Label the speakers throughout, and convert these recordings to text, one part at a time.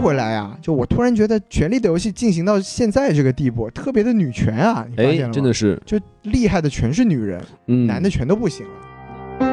Speaker 1: 回来啊，就我突然觉得《权力的游戏》进行到现在这个地步，特别的女权啊，你发
Speaker 2: 哎
Speaker 1: 现了，吗？
Speaker 2: 真的是，
Speaker 1: 就厉害的全是女人，
Speaker 2: 嗯，
Speaker 1: 男的全都不行了。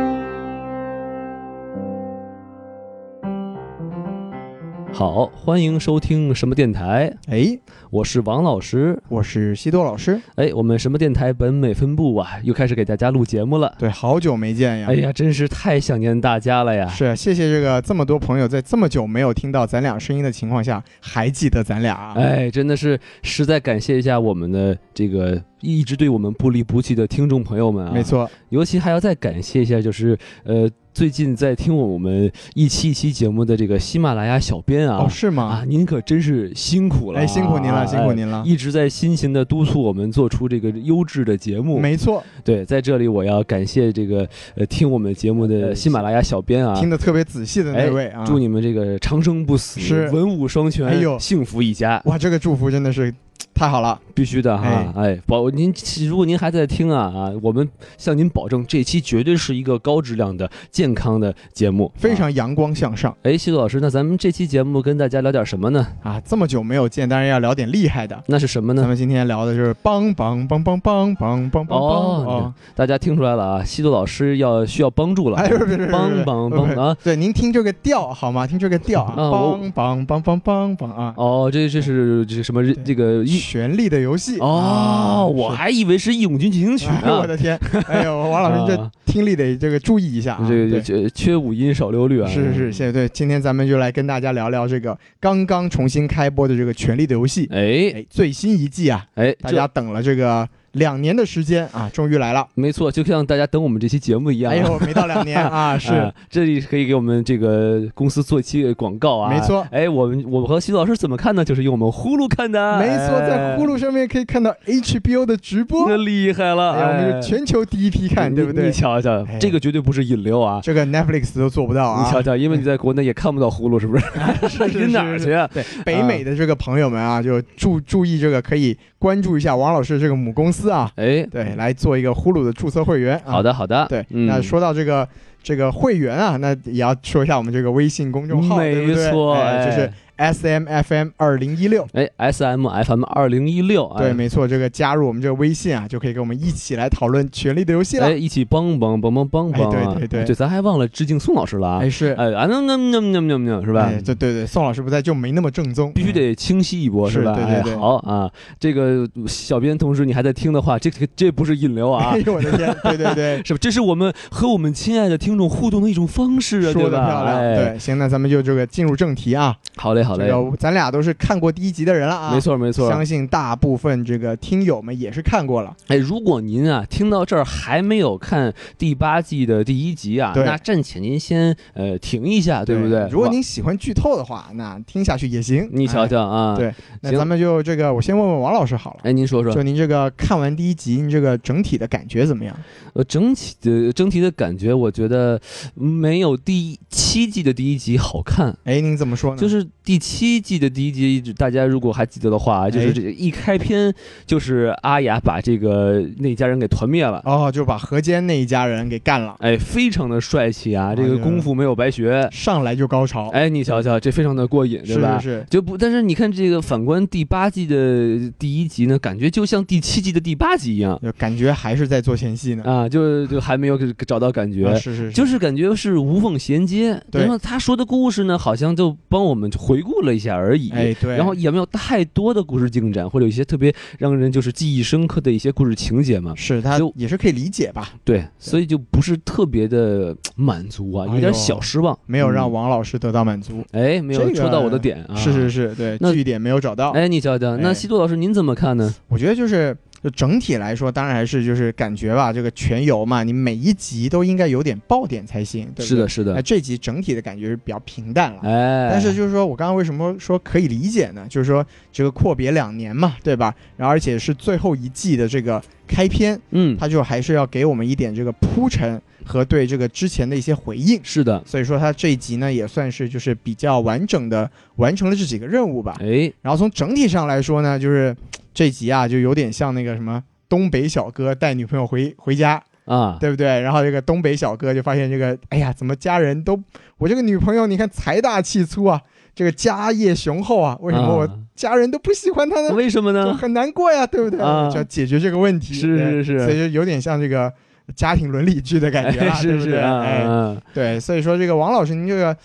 Speaker 2: 好，欢迎收听什么电台，
Speaker 1: 哎，
Speaker 2: 我是王老师。
Speaker 1: 我是西多老师，
Speaker 2: 哎，我们什么电台北美分部啊，又开始给大家录节目了。
Speaker 1: 对，好久没见呀。
Speaker 2: 哎呀，真是太想念大家了呀！
Speaker 1: 是，谢谢这个这么多朋友在这么久没有听到咱俩声音的情况下，还记得咱俩啊。
Speaker 2: 哎，真的是实在感谢一下我们的这个一直对我们不离不弃的听众朋友们啊！
Speaker 1: 没，错，
Speaker 2: 尤其还要再感谢一下，就是呃，最近在听我们一期一期节目的这个喜马拉雅小编啊、
Speaker 1: 哦，是吗
Speaker 2: 啊，？您可真是辛苦了啊、
Speaker 1: 哎，辛苦您了，辛苦您
Speaker 2: 哎
Speaker 1: 了。
Speaker 2: 一直在辛勤的督促我们做出这个优质的节目。
Speaker 1: 没错，
Speaker 2: 对，在这里我要感谢这个呃听我们节目的喜马拉雅小编啊，
Speaker 1: 呃
Speaker 2: 哎
Speaker 1: 听得特别仔细的那位啊，
Speaker 2: 祝你们这个长生不死，
Speaker 1: 是
Speaker 2: 文武双全，
Speaker 1: 哎呦
Speaker 2: 幸福一家，
Speaker 1: 哇，这个祝福真的是太好了。
Speaker 2: 必须的哈
Speaker 1: 哎！
Speaker 2: 哎，保您如果您还在听啊啊，我们向您保证，这期绝对是一个高质量的、健康的节目，
Speaker 1: 非
Speaker 2: 啊。
Speaker 1: 常阳光向上
Speaker 2: 哎，西子老师，那咱们这期节目跟大家聊点什么呢？
Speaker 1: 啊！这么久没有见，当然要聊点厉害的。
Speaker 2: 那是什么
Speaker 1: 咱
Speaker 2: 呢？
Speaker 1: 们今天聊的就是梆梆梆梆梆梆梆梆梆
Speaker 2: 哦，大家听出来了啊，西子老师要需要帮助了，
Speaker 1: 哎，不是不是不是
Speaker 2: 帮帮
Speaker 1: 不是
Speaker 2: 帮啊！
Speaker 1: 对，您听这个调好吗？听这个调啊，
Speaker 2: 啊我
Speaker 1: 梆梆梆梆梆梆啊！
Speaker 2: 哦，这这是这是什么？这个义
Speaker 1: 权力的游戏啊
Speaker 2: 哦，我
Speaker 1: 是
Speaker 2: 还以为是义勇军进行曲
Speaker 1: 哎我
Speaker 2: 呢。
Speaker 1: 的天！哎呦，王老师这
Speaker 2: 啊
Speaker 1: 听力得这个注意一下啊！
Speaker 2: 这个
Speaker 1: 对
Speaker 2: 这缺五音少六律啊。
Speaker 1: 是是，谢谢。对，今天咱们就来跟大家聊聊这个刚刚重新开播的这个《权力的游戏》
Speaker 2: 哎
Speaker 1: 哎，最新一季啊，
Speaker 2: 哎，
Speaker 1: 大
Speaker 2: 这
Speaker 1: 家等了这个两年的时间啊，终于来了。
Speaker 2: 没错，就像大家等我们这期节目一样啊。
Speaker 1: 哎呦，没到两年 啊，是
Speaker 2: 啊这里可以给我们这个公司做一期广告啊。
Speaker 1: 没错
Speaker 2: 哎，我们我和徐老师怎么看呢？就是用我们呼噜看的。哎
Speaker 1: 没错，在呼噜上面可以看到 HBO 的直播
Speaker 2: 那，厉害了，
Speaker 1: 哎呀，我们是全球第一批看，
Speaker 2: 你
Speaker 1: 对不
Speaker 2: 你
Speaker 1: 对？
Speaker 2: 瞧瞧
Speaker 1: 哎，
Speaker 2: 这个绝对不是引流啊。
Speaker 1: 这个 Netflix 都做不到
Speaker 2: 你
Speaker 1: 啊
Speaker 2: 瞧！瞧，因为你在国内也看不到呼噜，是不是？
Speaker 1: 是是
Speaker 2: 你哪儿
Speaker 1: 是
Speaker 2: 去啊？
Speaker 1: 对北美的这个朋友们啊，就注注意这个，可以关注一下王老师这个母公司啊，
Speaker 2: 哎，
Speaker 1: 对，来做一个呼噜的注册会员啊。
Speaker 2: 好的好的，
Speaker 1: 对，
Speaker 2: 嗯
Speaker 1: 那说到这个这个会员啊，那也要说一下我们这个微信公众号，对不
Speaker 2: 没
Speaker 1: 对
Speaker 2: 错，
Speaker 1: 哎，就是 S M F M 二零一六。
Speaker 2: 哎，S M F M 二零一六，
Speaker 1: 对，
Speaker 2: 哎
Speaker 1: 没错，这个加入我们这个微信啊，就可以跟我们一起来讨论《权力的游戏》
Speaker 2: 哎，
Speaker 1: 了。
Speaker 2: 一起帮帮帮帮帮帮啊，
Speaker 1: 哎对对对
Speaker 2: 对，咱还忘了致敬宋老师了啊，
Speaker 1: 哎，是，
Speaker 2: 哎啊，那那那那那那嗯是吧？
Speaker 1: 哎对对对，宋老师不在就没那么正宗，嗯
Speaker 2: 必须得清晰一波，
Speaker 1: 是
Speaker 2: 吧？
Speaker 1: 对对
Speaker 2: 哎，
Speaker 1: 对
Speaker 2: 好啊，这个小编同志，你还在听的话，这这这不是引流啊
Speaker 1: 哎，呦我的天，对对 对，
Speaker 2: 是吧？这是我们和我们亲爱的听众互动的一种方式啊，
Speaker 1: 说
Speaker 2: 对
Speaker 1: 的
Speaker 2: 吧？
Speaker 1: 漂亮。
Speaker 2: 哎，
Speaker 1: 对，行，那咱们就这个进入正题啊。
Speaker 2: 好嘞，好
Speaker 1: 这
Speaker 2: 嘞，
Speaker 1: 个咱俩都是看过第一集的人了啊，
Speaker 2: 没。错没错。
Speaker 1: 相信大部分这个听友们也是看过了，
Speaker 2: 哎，如果您啊听到这儿还没有看第八季的第一集啊，
Speaker 1: 对
Speaker 2: 那暂且您先呃停一下，对不对？
Speaker 1: 如果您喜欢剧透的话，那听下去也行。
Speaker 2: 你瞧瞧啊，
Speaker 1: 哎，对，那
Speaker 2: 行
Speaker 1: 咱们就这个，我先问问王老师好了，
Speaker 2: 哎，您说说
Speaker 1: 就，您这个看完第一集，您这个整体的感觉怎么样？
Speaker 2: 呃，整体的整体的感觉，我觉得没有第七季的第一集好看。
Speaker 1: 哎，您怎么说呢？
Speaker 2: 就是第七季的第一集，大家如果还记得的话，
Speaker 1: 哎
Speaker 2: 就是这一开篇就是阿雅把这个那家人给团灭了，
Speaker 1: 哦，就把河间那一家人给干了，
Speaker 2: 哎，非常的帅气啊，
Speaker 1: 哎
Speaker 2: 这个功夫没有白学，
Speaker 1: 上来就高潮，
Speaker 2: 哎，你瞧瞧，这非常的过瘾，对
Speaker 1: 是
Speaker 2: 吧
Speaker 1: 是？是，
Speaker 2: 就不，但是你看这个反观第八季的第一集呢，感觉就像第七季的第八集一样
Speaker 1: 就感觉还是在做前戏呢。
Speaker 2: 啊，就就还没有找到感觉，
Speaker 1: 啊是是是，
Speaker 2: 就是感觉是无缝衔接。
Speaker 1: 对
Speaker 2: 然后他说的故事呢，好像就帮我们回顾了一下而已。
Speaker 1: 哎对，
Speaker 2: 然后也没有太多的故事进展，或者有一些特别让人就是记忆深刻的一些故事情节嘛。
Speaker 1: 是他
Speaker 2: 就
Speaker 1: 也是可以理解吧，
Speaker 2: 对，所以就不是特别的满足啊，
Speaker 1: 哎呦
Speaker 2: 有点小失望。
Speaker 1: 没有让
Speaker 2: 嗯
Speaker 1: 王老师得到满足，
Speaker 2: 哎，没有
Speaker 1: 这个
Speaker 2: 戳到我的点啊。
Speaker 1: 是是。是，对，
Speaker 2: 那
Speaker 1: 据点没有找到。
Speaker 2: 哎，你瞧瞧，那
Speaker 1: 哎
Speaker 2: 西多老师您怎么看呢？
Speaker 1: 我觉得就是就整体来说，当然还是就是感觉吧，这个全游嘛，你每一集都应该有点爆点才行，对不对？哎
Speaker 2: 是的，，是
Speaker 1: 那
Speaker 2: 的。
Speaker 1: 这集整体的感觉是比较平淡了。
Speaker 2: 哎，
Speaker 1: 啊但是就是说，我刚刚为什么说可以理解呢？就是说这个阔别两年嘛，对吧？然后而且是最后一季的这个开篇，
Speaker 2: 嗯，
Speaker 1: 它就还是要给我们一点这个铺陈和对这个之前的一些回应。
Speaker 2: 是的。
Speaker 1: 所以说它这一集呢，也算是就是比较完整的完成了这几个任务吧。
Speaker 2: 哎，
Speaker 1: 然后从整体上来说呢，就是这集啊，就有点像那个什么东北小哥带女朋友回回家，
Speaker 2: 啊，
Speaker 1: 对不对？然后这个东北小哥就发现这个，哎呀，怎么家人都我这个女朋友，你看财大气粗啊，这个家业雄厚啊，为什么我家人都不喜欢他呢？
Speaker 2: 为什么
Speaker 1: 就
Speaker 2: 呢？
Speaker 1: 很难过呀，对不对？
Speaker 2: 嗯啊
Speaker 1: 就要解决这个问题，
Speaker 2: 是
Speaker 1: 对
Speaker 2: 是是
Speaker 1: 所以就有点像这个家庭伦理剧的感觉
Speaker 2: 哎
Speaker 1: 啊，对
Speaker 2: 是
Speaker 1: 不
Speaker 2: 是
Speaker 1: 对
Speaker 2: 啊，
Speaker 1: 哎，
Speaker 2: 啊
Speaker 1: 对，所以说这个王老师，您这个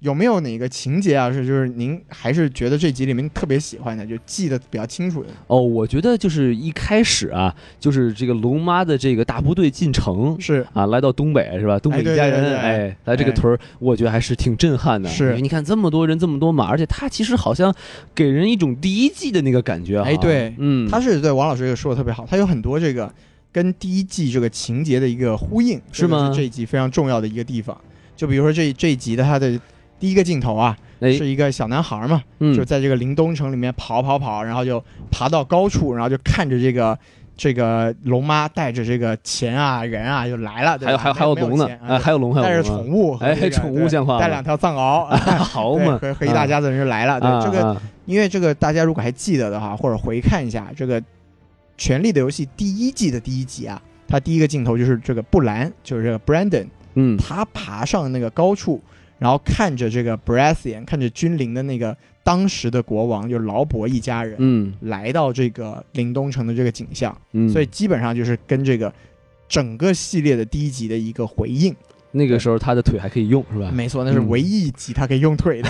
Speaker 1: 有没有哪个情节啊，是就是您还是觉得这集里面特别喜欢的，就记得比较清楚的？
Speaker 2: 哦，我觉得就是一开始啊，就是这个龙妈的这个大部队进城
Speaker 1: 是
Speaker 2: 啊，来到东北是吧？东北一家
Speaker 1: 对对对对
Speaker 2: 人，哎，来这个屯儿，我觉得还是挺震撼的。
Speaker 1: 是
Speaker 2: 因为你看这么多人，这么多马，而且他其实好像给人一种第一季的那个感觉哈。
Speaker 1: 哎对
Speaker 2: 嗯，
Speaker 1: 他是对王老师这个说的特别好，他有很多这个跟第一季这个情节的一个呼应，
Speaker 2: 是吗
Speaker 1: 这个是这一集非常重要的一个地方。就比如说这这一集的他的第一个镜头啊，
Speaker 2: 哎，
Speaker 1: 是一个小男孩嘛，
Speaker 2: 嗯
Speaker 1: 就在这个林东城里面跑跑跑，然后就爬到高处，然后就看着这个。这个龙妈带着这个钱啊、人啊就来了，对
Speaker 2: 还有
Speaker 1: 吧
Speaker 2: 还有还有
Speaker 1: 没有
Speaker 2: 龙呢
Speaker 1: 钱，
Speaker 2: 哎，还有龙，还
Speaker 1: 带
Speaker 2: 有
Speaker 1: 着
Speaker 2: 龙啊
Speaker 1: 宠物和
Speaker 2: 哎
Speaker 1: 这个，
Speaker 2: 宠物
Speaker 1: 对
Speaker 2: 像话吗
Speaker 1: 带两条藏獒，
Speaker 2: 好
Speaker 1: 对
Speaker 2: 嘛，
Speaker 1: 和和一大家子人就来了。
Speaker 2: 啊
Speaker 1: 对这个，
Speaker 2: 啊
Speaker 1: 因为这个大家如果还记得的话，或者回看一下这个《权力的游戏》第一季的第一集啊，它第一个镜头就是这个布兰，就是这个 Brandon，
Speaker 2: 嗯，
Speaker 1: 他爬上那个高处，然后看着这个 Baratheon，看着君临的那个当时的国王，就是劳勃一家人。
Speaker 2: 嗯
Speaker 1: 来到这个临冬城的这个景象，
Speaker 2: 嗯，
Speaker 1: 所以基本上就是跟这个整个系列的第一集的一个回应。
Speaker 2: 那个时候他的腿还可以用是吧？
Speaker 1: 没错，那
Speaker 2: 嗯
Speaker 1: 是唯一一集他可以用 腿的，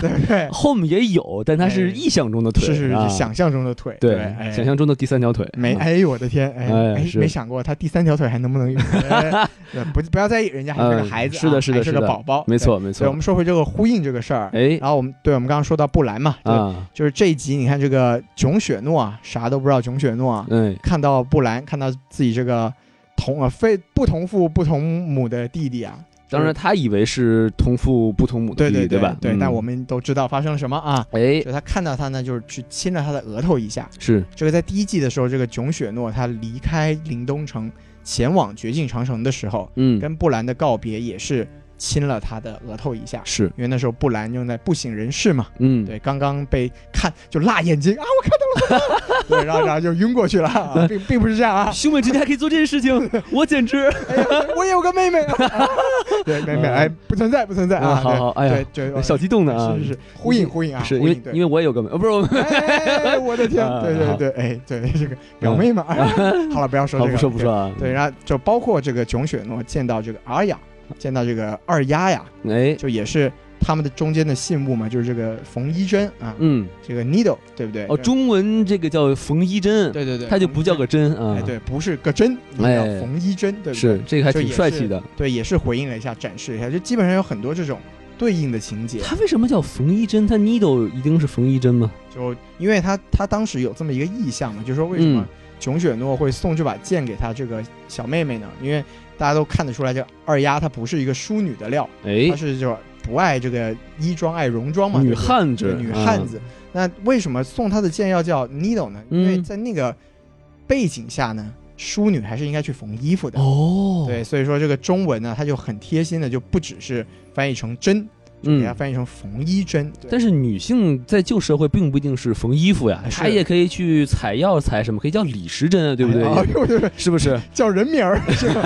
Speaker 1: 对不对？
Speaker 2: 后面也有，但他是
Speaker 1: 哎
Speaker 2: 意象中的腿，
Speaker 1: 是是
Speaker 2: 啊
Speaker 1: 是，想象中的腿，
Speaker 2: 对，
Speaker 1: 哎
Speaker 2: 想象中的第三条腿，
Speaker 1: 没，
Speaker 2: 啊
Speaker 1: 哎呦我的天，哎
Speaker 2: 哎
Speaker 1: 哎，
Speaker 2: 是
Speaker 1: 没想过他第三条腿还能不 能用，哎对不不要在意，人家还是个
Speaker 2: 嗯
Speaker 1: 孩子啊，
Speaker 2: 是的是的
Speaker 1: 还是
Speaker 2: 是
Speaker 1: 个
Speaker 2: 的
Speaker 1: 宝宝，
Speaker 2: 没错没
Speaker 1: 对。所以我
Speaker 2: 错
Speaker 1: 们，说回这个呼应这个事儿，
Speaker 2: 哎
Speaker 1: 然后我们对我们刚刚说到布兰嘛，对，
Speaker 2: 啊，
Speaker 1: 就是这一集你看这个囧雪诺啊，啥都不知道，囧雪诺啊，
Speaker 2: 哎，
Speaker 1: 看到布兰，看到自己这个同啊非不同父不同母的弟弟啊，
Speaker 2: 当然他以为是同父不同母的
Speaker 1: 对
Speaker 2: 弟
Speaker 1: 对
Speaker 2: 弟，吧？
Speaker 1: 对，
Speaker 2: 嗯
Speaker 1: 但我们都知道发生了什么啊。
Speaker 2: 哎
Speaker 1: 就他看到他呢，就是去亲了他的额头一下。
Speaker 2: 是
Speaker 1: 这个在第一季的时候，这个囧雪诺他离开临冬城前往绝境长城的时候，
Speaker 2: 嗯
Speaker 1: 跟布兰的告别也是亲了他的额头一下，
Speaker 2: 是
Speaker 1: 因为那时候布兰正在不省人事嘛，
Speaker 2: 嗯
Speaker 1: 对，刚刚被看就辣眼睛啊，我看到 了，对，然后然后就晕过去了，啊、并并不是这样啊，
Speaker 2: 兄妹之间还可以做这件事情，我简直
Speaker 1: 哎呀，我也有个妹妹，啊啊 对，妹妹，哎，不存在，不存在啊，
Speaker 2: 啊嗯好好哎
Speaker 1: 对
Speaker 2: 呀，
Speaker 1: 对，就呃
Speaker 2: 小激动的啊，
Speaker 1: 是是是，呼应呼应啊，
Speaker 2: 是因
Speaker 1: 呼
Speaker 2: 为
Speaker 1: 应对
Speaker 2: 因为我也有个妹，呃不是我，
Speaker 1: 哎，我的天，
Speaker 2: 啊嗯
Speaker 1: 对对对，哎，对 这个表妹嘛， 好了，不要说
Speaker 2: 好
Speaker 1: 这个，
Speaker 2: 不说不说啊，
Speaker 1: 对。对，然后就包括这个囧雪诺见到这个阿雅，见到这个二丫呀，
Speaker 2: 哎
Speaker 1: 就也是他们的中间的信物嘛，就是这个缝衣针啊，
Speaker 2: 嗯
Speaker 1: 这个 needle，对不对？
Speaker 2: 哦，中文这个叫缝衣针，
Speaker 1: 对对对，
Speaker 2: 它就不叫
Speaker 1: 缝
Speaker 2: 个针
Speaker 1: 衣针
Speaker 2: 啊，
Speaker 1: 哎，对，不是个针，我们叫
Speaker 2: 哎
Speaker 1: 缝衣针，对不
Speaker 2: 是
Speaker 1: 对？
Speaker 2: 这个还
Speaker 1: 就
Speaker 2: 挺
Speaker 1: 也
Speaker 2: 帅
Speaker 1: 是
Speaker 2: 气的。
Speaker 1: 对，也是回应了一下，展示一下，就基本上有很多这种对应的情节。
Speaker 2: 它为什么叫缝衣针？它 needle 一定是缝衣针吗？
Speaker 1: 就因为他他当时有这么一个意向嘛，就是说为什么
Speaker 2: 嗯
Speaker 1: 囧雪诺会送这把剑给他这个小妹妹呢？因为大家都看得出来，这个二丫她不是一个淑女的料，
Speaker 2: 哎
Speaker 1: 她，是就不爱这个衣装，爱戎装嘛，
Speaker 2: 女
Speaker 1: 对不对
Speaker 2: 汉子啊
Speaker 1: 对，女汉子。那为什么送她的剑要叫 needle 呢？
Speaker 2: 嗯
Speaker 1: 因为在那个背景下呢，淑女还是应该去缝衣服的。
Speaker 2: 哦，
Speaker 1: 对，所以说这个中文呢，它就很贴心的，就不只是翻译成针，就给它
Speaker 2: 嗯。
Speaker 1: 翻译成缝衣针。对
Speaker 2: 但是女性在旧社会并不一定是缝衣服呀，
Speaker 1: 哎是
Speaker 2: 她也可以去采药材什么，可以叫李时针啊，对不对？
Speaker 1: 哎呦， 对对，
Speaker 2: 是不是？
Speaker 1: 叫人名 儿是吧？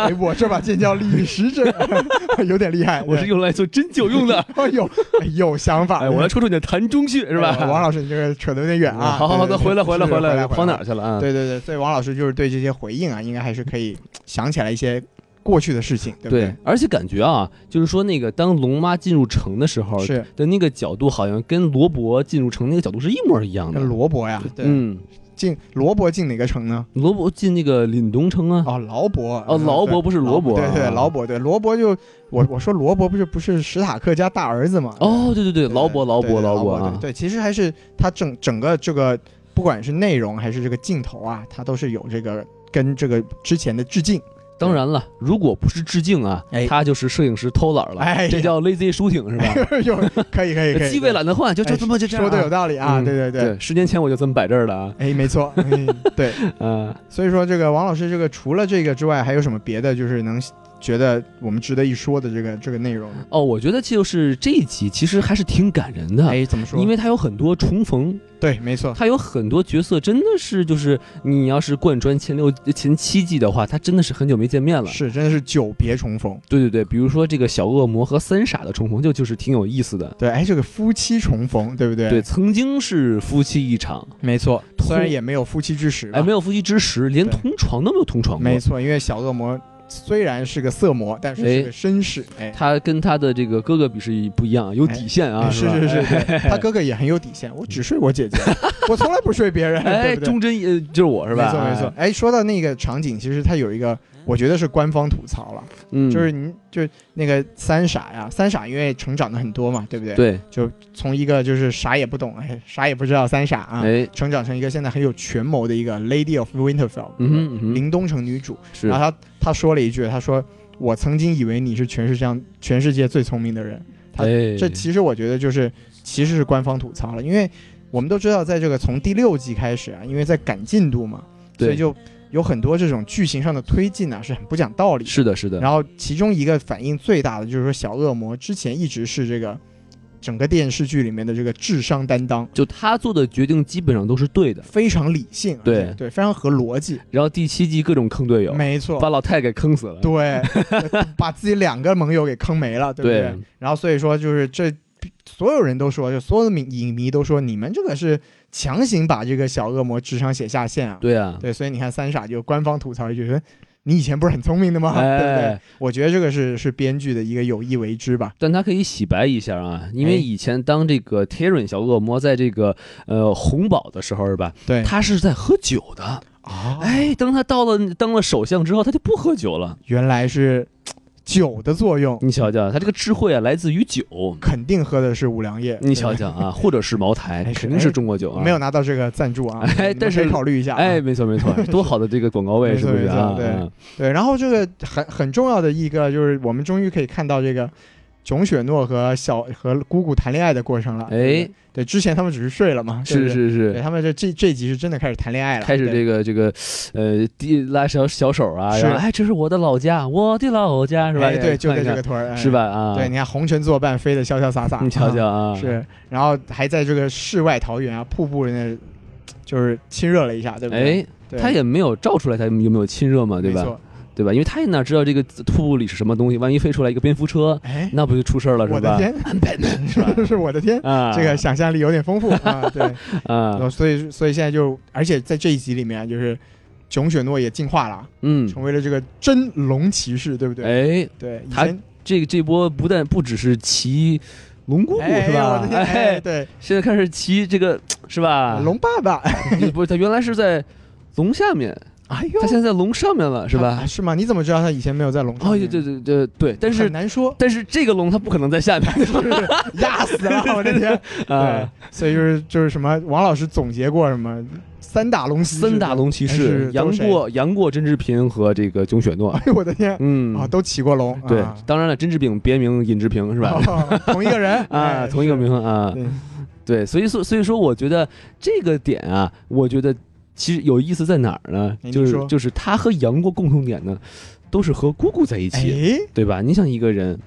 Speaker 1: 哎，我这把剑叫李时珍， 有点厉害。
Speaker 2: 我是用来做针灸用的。
Speaker 1: 哎呦，哎有想法。
Speaker 2: 哎，我要戳戳你的痰中穴，是吧？
Speaker 1: 哎王老师，你这个扯得有点远啊。
Speaker 2: 好好好，
Speaker 1: 对
Speaker 2: 的，回来回来
Speaker 1: 是是
Speaker 2: 来，
Speaker 1: 来，
Speaker 2: 跑哪
Speaker 1: 回
Speaker 2: 儿去了啊
Speaker 1: 来？，对对对，所以王老师就是对这些回应啊，应该还是可以想起来一些过去的事情，对不
Speaker 2: 对？，而且感觉啊，就是说那个当龙妈进入城的时候
Speaker 1: 是
Speaker 2: 的那个角度，好像跟罗伯进入城那个角度是一模一样
Speaker 1: 那
Speaker 2: 的。
Speaker 1: 罗伯呀，对，
Speaker 2: 嗯，
Speaker 1: 进罗伯进哪个城呢？
Speaker 2: 罗伯进那个凛冬城 啊，
Speaker 1: 哦，劳勃。
Speaker 2: 哦，
Speaker 1: 嗯
Speaker 2: 劳勃。不是
Speaker 1: 对
Speaker 2: 罗伯，
Speaker 1: 对对，
Speaker 2: 啊
Speaker 1: 劳勃，对罗伯就我我说罗伯不是不是史塔克家大儿子嘛？
Speaker 2: 哦，对对对，劳勃，劳
Speaker 1: 对对
Speaker 2: 勃，劳
Speaker 1: 劳
Speaker 2: 勃
Speaker 1: 勃，
Speaker 2: 啊
Speaker 1: 对，对，其实还是它整整个这个，不管是内容还是这个镜头啊，它都是有这个跟这个之前的致敬。
Speaker 2: 当然了，如果不是致敬啊
Speaker 1: 哎，
Speaker 2: 他就是摄影师偷懒了，
Speaker 1: 哎呀
Speaker 2: 这叫 lazy shooting 是 吧？
Speaker 1: 有可以可以可以，
Speaker 2: 机位懒得换，就
Speaker 1: 哎
Speaker 2: 就这么就这样啊。
Speaker 1: 说的有道理啊，
Speaker 2: 嗯
Speaker 1: 对对
Speaker 2: 对，十年前我就这么摆这儿了啊。
Speaker 1: 哎，没错，哎对，
Speaker 2: 嗯，
Speaker 1: 所以说这个王老师这个除了这个之外，还有什么别的就是能觉得我们值得一说的这个这个内容呢？
Speaker 2: 哦，我觉得就是这一集其实还是挺感人的，
Speaker 1: 哎，怎么说？
Speaker 2: 啊因为它有很多重逢，
Speaker 1: 对，没错，
Speaker 2: 它有很多角色真的是就是你要是贯穿前六前七季的话，他真的是很久没见面了。
Speaker 1: 是真的是久别重逢。
Speaker 2: 对对对，比如说这个小恶魔和三傻的重逢，就就是挺有意思的。
Speaker 1: 对，哎，这个夫妻重逢，对不对？
Speaker 2: 对，，曾经是夫妻一场，
Speaker 1: 没错，
Speaker 2: 同
Speaker 1: 虽然也没有夫妻之实吧，
Speaker 2: 哎，没有夫妻之实，连
Speaker 1: 对
Speaker 2: 同床都没有同床过。
Speaker 1: 没错，因为小恶魔虽然是个色魔，但是是个绅士，哎，
Speaker 2: 他跟他的这个哥哥比是不一样，有底线啊，
Speaker 1: 是
Speaker 2: 吧
Speaker 1: 是是，对他哥哥也很有底线，我只睡我 姐姐，我从来不睡别人，
Speaker 2: 哎，
Speaker 1: 对不对？
Speaker 2: 忠贞呃就是我是吧？
Speaker 1: 没错没错，哎，说到那个场景，其实他有一个，我觉得是官方吐槽了，
Speaker 2: 哎，嗯，
Speaker 1: 就是你就是那个三傻呀，三傻因为成长的很多嘛，对不对？，
Speaker 2: 对，
Speaker 1: 就从一个就是啥也不懂，哎，啥也不知道三傻啊，
Speaker 2: 哎，
Speaker 1: 成长成一个现在很有权谋的一个 Lady of Winterfell，
Speaker 2: 嗯哼嗯哼
Speaker 1: 林东城女主，
Speaker 2: 是
Speaker 1: 然后他他说了一句，他说我曾经以为你是全世界上全世界最聪明的人，他
Speaker 2: 哎，
Speaker 1: 这其实我觉得就是其实是官方吐槽了，因为我们都知道，在这个从第六季开始啊，因为在赶进度嘛，所以
Speaker 2: 对
Speaker 1: 就有很多这种剧情上的推进啊是很不讲道理的。
Speaker 2: 是的，是的，
Speaker 1: 然后其中一个反应最大的就是说，小恶魔之前一直是这个整个电视剧里面的这个智商担当，
Speaker 2: 就他做的决定基本上都是对的。
Speaker 1: 非常理性，
Speaker 2: 对
Speaker 1: 而且对，非常合逻辑，
Speaker 2: 然后第七季各种坑队友，
Speaker 1: 没错，
Speaker 2: 把老太给坑死了。
Speaker 1: 对，把自己两个盟友给坑没了，对不对？
Speaker 2: 对
Speaker 1: 然后所以说就是这，所有人都说，就所有的迷影迷都说，你们这个是强行把这个小恶魔智商写下线啊。
Speaker 2: 对啊，
Speaker 1: 所以你看三傻就官方吐槽一句说。你以前不是很聪明的吗？对不对
Speaker 2: 哎？，
Speaker 1: 我觉得这个是是编剧的一个有意为之吧。
Speaker 2: 但他可以洗白一下啊，因
Speaker 1: 哎
Speaker 2: 为以前当这个 Tyrion 小恶魔在这个呃红堡的时候是吧，
Speaker 1: 对，
Speaker 2: 他是在喝酒的。
Speaker 1: 啊，
Speaker 2: 哎，当他到了当了首相之后，他就不喝酒了。
Speaker 1: 原来是嘖酒的作用，
Speaker 2: 你瞧瞧，他这个智慧啊，来自于酒。
Speaker 1: 肯定喝的是五粮液。
Speaker 2: 你瞧
Speaker 1: 对
Speaker 2: 瞧啊，或者是茅台
Speaker 1: 哎，是
Speaker 2: 肯定是中国酒
Speaker 1: 吧，
Speaker 2: 啊。
Speaker 1: 没有，拿到这个赞助啊，
Speaker 2: 哎
Speaker 1: 你们
Speaker 2: 但是
Speaker 1: 可以考虑一下啊。
Speaker 2: 哎，没 错没错，多好的这个广告位
Speaker 1: 没
Speaker 2: 是
Speaker 1: 错
Speaker 2: 不是啊
Speaker 1: 没错？对
Speaker 2: 嗯
Speaker 1: 对，然后这个很很重要的一个就是，我们终于可以看到这个囧雪诺和小和姑姑谈恋爱的过程了。对
Speaker 2: 哎
Speaker 1: 不对，，对，之前他们只是睡了嘛，对不
Speaker 2: 是
Speaker 1: 对，
Speaker 2: 是
Speaker 1: 对
Speaker 2: 是，
Speaker 1: 他们这这这集是真的开始谈恋爱了，
Speaker 2: 开始
Speaker 1: 对
Speaker 2: 这个这个呃，递拉小小手啊，
Speaker 1: 是
Speaker 2: 然后哎，这是我的老家，我的老家是吧？
Speaker 1: 哎对，
Speaker 2: 哎
Speaker 1: 就在
Speaker 2: 看一
Speaker 1: 这
Speaker 2: 看
Speaker 1: 个屯儿，哎
Speaker 2: 是？吧？啊，
Speaker 1: 对，你看红尘作伴，飞得潇潇洒洒，
Speaker 2: 你瞧瞧
Speaker 1: 啊
Speaker 2: 啊，
Speaker 1: 是，然后还在这个世外桃源啊，瀑布那，就是亲热了一下，对不对？
Speaker 2: 哎，
Speaker 1: 对，
Speaker 2: 他也没有照出来他有没有亲热嘛，对
Speaker 1: 没
Speaker 2: 吧？
Speaker 1: 错，
Speaker 2: 对吧？因为他也哪知道这个瀑布里是什么东西，万一飞出来一个蝙 蝠车，
Speaker 1: 哎，
Speaker 2: 那不就出事儿了
Speaker 1: 我
Speaker 2: 是
Speaker 1: 的
Speaker 2: 吧？
Speaker 1: 天，
Speaker 2: 是吧？
Speaker 1: 是我的天，
Speaker 2: 啊，
Speaker 1: 这个想象力有点 丰富啊，对。
Speaker 2: 啊，
Speaker 1: 哦所以所以现在就，而且在这一集里面，啊就是囧雪诺也进化了，
Speaker 2: 嗯，
Speaker 1: 成为了这个真龙骑士，对不对？
Speaker 2: 哎，
Speaker 1: 对，以
Speaker 2: 他
Speaker 1: 前
Speaker 2: 这这波不但不只是骑龙姑姑
Speaker 1: 哎
Speaker 2: 是
Speaker 1: 我
Speaker 2: 吧
Speaker 1: 的？天，哎，
Speaker 2: 哎，啊
Speaker 1: 对，
Speaker 2: 现在开始骑这个是吧？
Speaker 1: 龙爸爸，
Speaker 2: 不是他原来是在龙下面，
Speaker 1: 哎呦
Speaker 2: 他，现在在龙上面了是
Speaker 1: 啊
Speaker 2: 吧？
Speaker 1: 是吗？你怎么知道他以前没有在龙上
Speaker 2: 哦，
Speaker 1: 面？
Speaker 2: 对对对对对，但
Speaker 1: 很
Speaker 2: 是，
Speaker 1: 难说
Speaker 2: 但是这个龙它不可能在下面
Speaker 1: 是压死了，我的天！对
Speaker 2: 啊。，
Speaker 1: 所以就是就是什么，王老师总结过什么三大龙骑士，
Speaker 2: 嗯三大龙骑士
Speaker 1: 哎是都
Speaker 2: 杨
Speaker 1: 是谁
Speaker 2: 过、杨过、甄志平和这个囧雪诺
Speaker 1: 哎。呦我的天
Speaker 2: 嗯，
Speaker 1: 啊，都骑过龙，
Speaker 2: 对
Speaker 1: 啊，
Speaker 2: 当然了，甄志平别名尹志平是吧？
Speaker 1: 哦同一个人
Speaker 2: 啊，
Speaker 1: 哎
Speaker 2: 同一个
Speaker 1: 是
Speaker 2: 名啊，
Speaker 1: 对
Speaker 2: 对，所以说所以说，我觉得这个点啊，我觉得其实有意思在哪儿呢
Speaker 1: 哎？你
Speaker 2: 就是
Speaker 1: 说
Speaker 2: 就是他和杨过共同点呢，都是和姑姑在一起，
Speaker 1: 哎，
Speaker 2: 对吧？你想一个人。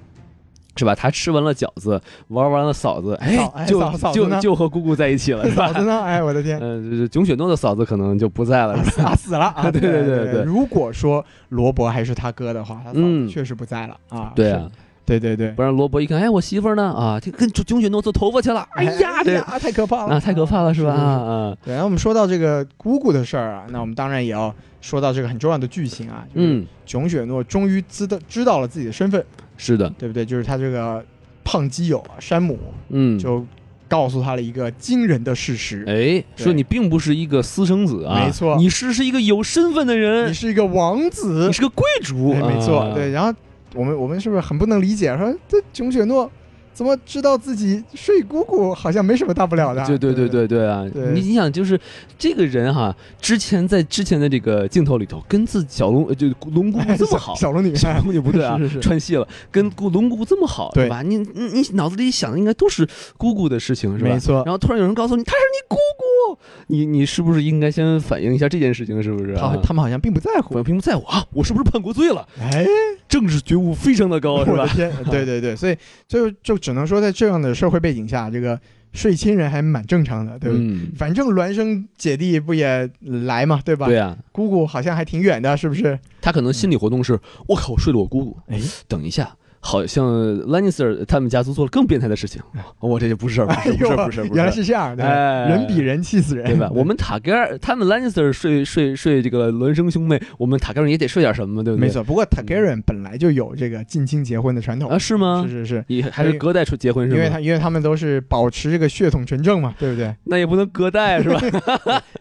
Speaker 2: 是吧？他吃完了饺子，玩完了嫂子，哎
Speaker 1: 嫂哎，
Speaker 2: 就
Speaker 1: 嫂嫂子呢
Speaker 2: 就就和姑姑在一起 了，是
Speaker 1: 嫂
Speaker 2: 吧？
Speaker 1: 子呢？哎，我的 天！
Speaker 2: 嗯，就是囧雪诺的嫂子可能就不在了，是吧
Speaker 1: 啊死了啊！
Speaker 2: 对对
Speaker 1: 对
Speaker 2: 对对对
Speaker 1: 如果说罗伯还是他哥的话，他嫂子
Speaker 2: 嗯
Speaker 1: 确实不在了啊。
Speaker 2: 对啊
Speaker 1: 是，，对对对。
Speaker 2: 不然罗伯一看，哎，我媳妇儿呢？啊，这跟囧雪诺做头发去了，哎呀，这
Speaker 1: 呀，太可怕了
Speaker 2: 啊，太可怕了，是吧？？
Speaker 1: 是是
Speaker 2: 啊，
Speaker 1: 对，那我们说到这个姑姑的事儿啊，那我们当然也要说到这个很重要的剧情啊，就是
Speaker 2: 嗯，
Speaker 1: 囧雪诺终于知道知道了自己的身份，
Speaker 2: 是的，
Speaker 1: 对不对？就是他这个胖基友啊，山姆
Speaker 2: 嗯，
Speaker 1: 就告诉他了一个惊人的事实，
Speaker 2: 哎，说你并不是一个私生子啊，
Speaker 1: 没错
Speaker 2: 你是是一个有身份的人，
Speaker 1: 你
Speaker 2: 你是
Speaker 1: 是一个王 子，
Speaker 2: 个贵族，
Speaker 1: 哎，没错
Speaker 2: 啊，
Speaker 1: 对。，然后我们我们是不是很不能理解？说这囧雪诺怎么知道自己睡姑姑好像没什么大不了的？
Speaker 2: 对对对对对啊！
Speaker 1: 对
Speaker 2: 你你想，就是这个人哈、之前在之前的这个镜头里头，跟自己小龙呃就龙姑姑这么好，
Speaker 1: 哎小小 龙女，
Speaker 2: 小龙女不对啊，
Speaker 1: 是是是
Speaker 2: 串戏了，跟姑龙姑姑这么好，
Speaker 1: 对
Speaker 2: 是吧？你你你脑子里想的应该都是姑姑的事情，是吧？
Speaker 1: 没错
Speaker 2: 然后突然有人告诉你她是你姑姑，你你是不是应该先反映一下这件事情？是不是、
Speaker 1: 他
Speaker 2: 啊？
Speaker 1: 他们好像并不在 乎。
Speaker 2: 我屏幕在我啊，我是不是叛国罪了？
Speaker 1: 哎，
Speaker 2: 政治觉悟非常的高，
Speaker 1: 我
Speaker 2: 哦是
Speaker 1: 的
Speaker 2: 吧？
Speaker 1: 天，对对对，所以就就只能说，在这样的社会背景下，这个睡亲人还蛮正常的，对吧？
Speaker 2: 嗯，
Speaker 1: 反正孪生姐弟不也来嘛，对吧？
Speaker 2: 对啊，
Speaker 1: 姑姑好像还挺远的，是不是？
Speaker 2: 他可能心理活动是，我靠，我睡了我姑姑。
Speaker 1: 哎，
Speaker 2: 等一下，好像兰尼斯特他们家族做了更变态的事情，我这就不是事儿，不
Speaker 1: 哎
Speaker 2: 是不
Speaker 1: 呦
Speaker 2: 是，不是，不
Speaker 1: 原来
Speaker 2: 是。
Speaker 1: 是这样的，
Speaker 2: 哎
Speaker 1: 人比人气死人，
Speaker 2: 对 吧？我们塔盖尔，他们兰尼斯特睡睡睡这个孪生兄妹，我们塔盖尔也得睡点什么，对不对？嗯
Speaker 1: 没错。不过 Targaryen 本来就有这个近亲结婚的传统
Speaker 2: 啊，，是吗
Speaker 1: 是？是是，
Speaker 2: 也还是隔代出结婚
Speaker 1: 因为
Speaker 2: 是吗？
Speaker 1: 他因为他们都是保持这个血统纯正嘛，对不 对？
Speaker 2: 那也不能隔代是吧？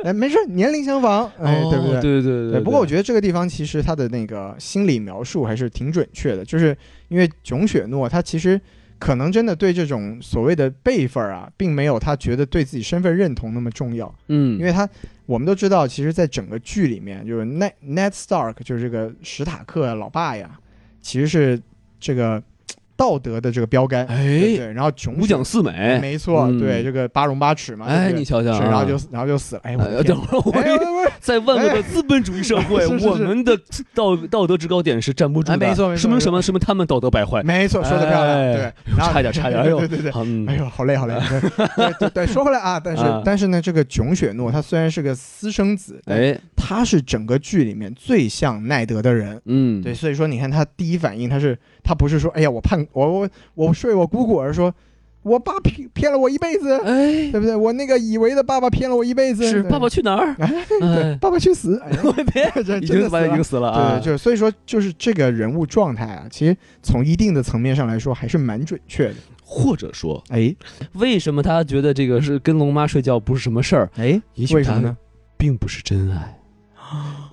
Speaker 1: 哎，没事，年龄相仿， 哎，
Speaker 2: 哦
Speaker 1: 对不
Speaker 2: 对？对对
Speaker 1: 对，不过我
Speaker 2: 觉
Speaker 1: 觉得这个地方其实他的那个心理描述还是挺准确的，就是因为囧雪诺他其实可能真的对这种所谓的辈分儿啊，并没有他觉得对自己身份认同那么重要，
Speaker 2: 嗯，
Speaker 1: 因为他我们都知道，其实在整个剧里面，就是 Ned Ned Stark 就是这个史塔克老爸呀，其实是这个道德的这个标杆，对不
Speaker 2: 哎，
Speaker 1: 对，然后囧
Speaker 2: 五
Speaker 1: 雪
Speaker 2: 讲四美，
Speaker 1: 没错，
Speaker 2: 嗯
Speaker 1: 对这个八荣八耻嘛，
Speaker 2: 哎，
Speaker 1: 对不对
Speaker 2: 你瞧瞧啊，
Speaker 1: 是，然后就然后就死了，哎，我
Speaker 2: 呃
Speaker 1: 的天
Speaker 2: 等，会儿
Speaker 1: 哎
Speaker 2: 我。
Speaker 1: 喂喂喂
Speaker 2: 在万恶的资本主义社会，
Speaker 1: 哎是是是
Speaker 2: 我们的道道德制高点是站不住的。
Speaker 1: 哎没错没错
Speaker 2: 说明什
Speaker 1: 没
Speaker 2: 么？说明他们道德败坏。
Speaker 1: 没错，说的漂亮，
Speaker 2: 哎
Speaker 1: 对，然后
Speaker 2: 差一点差一点哎呦
Speaker 1: 对对对。
Speaker 2: 好嗯
Speaker 1: 哎呦，好累，好累。 对对对，说回来啊，但是、
Speaker 2: 啊
Speaker 1: 但是呢，这个囧雪诺他虽然是个私生子，但
Speaker 2: 哎，
Speaker 1: 他是整个剧里面最像奈德的人。
Speaker 2: 嗯，
Speaker 1: 对，，所以说你看他第一反应，他是他不是说，哎呀，我叛我我我睡我姑姑，而是说我爸骗骗了我一辈子，
Speaker 2: 哎，
Speaker 1: 对不对？我那个以为的爸爸骗了我一辈子，
Speaker 2: 是
Speaker 1: 对
Speaker 2: 爸爸去哪儿？
Speaker 1: 哎，对，
Speaker 2: 哎，
Speaker 1: 爸爸去死，哎呀
Speaker 2: 我 别，
Speaker 1: 这真
Speaker 2: 已
Speaker 1: 的
Speaker 2: 经
Speaker 1: 死
Speaker 2: 把已
Speaker 1: 了
Speaker 2: 经。死了啊
Speaker 1: 对，！就所以说，就是这个人物状态啊，其实从一定的层面上来说，还是蛮准确的。
Speaker 2: 或者说，
Speaker 1: 哎
Speaker 2: 为什么他觉得这个是跟龙妈睡觉不是什么事儿？
Speaker 1: 哎，
Speaker 2: 也许
Speaker 1: 为什么
Speaker 2: 他
Speaker 1: 呢？
Speaker 2: 并不是真爱，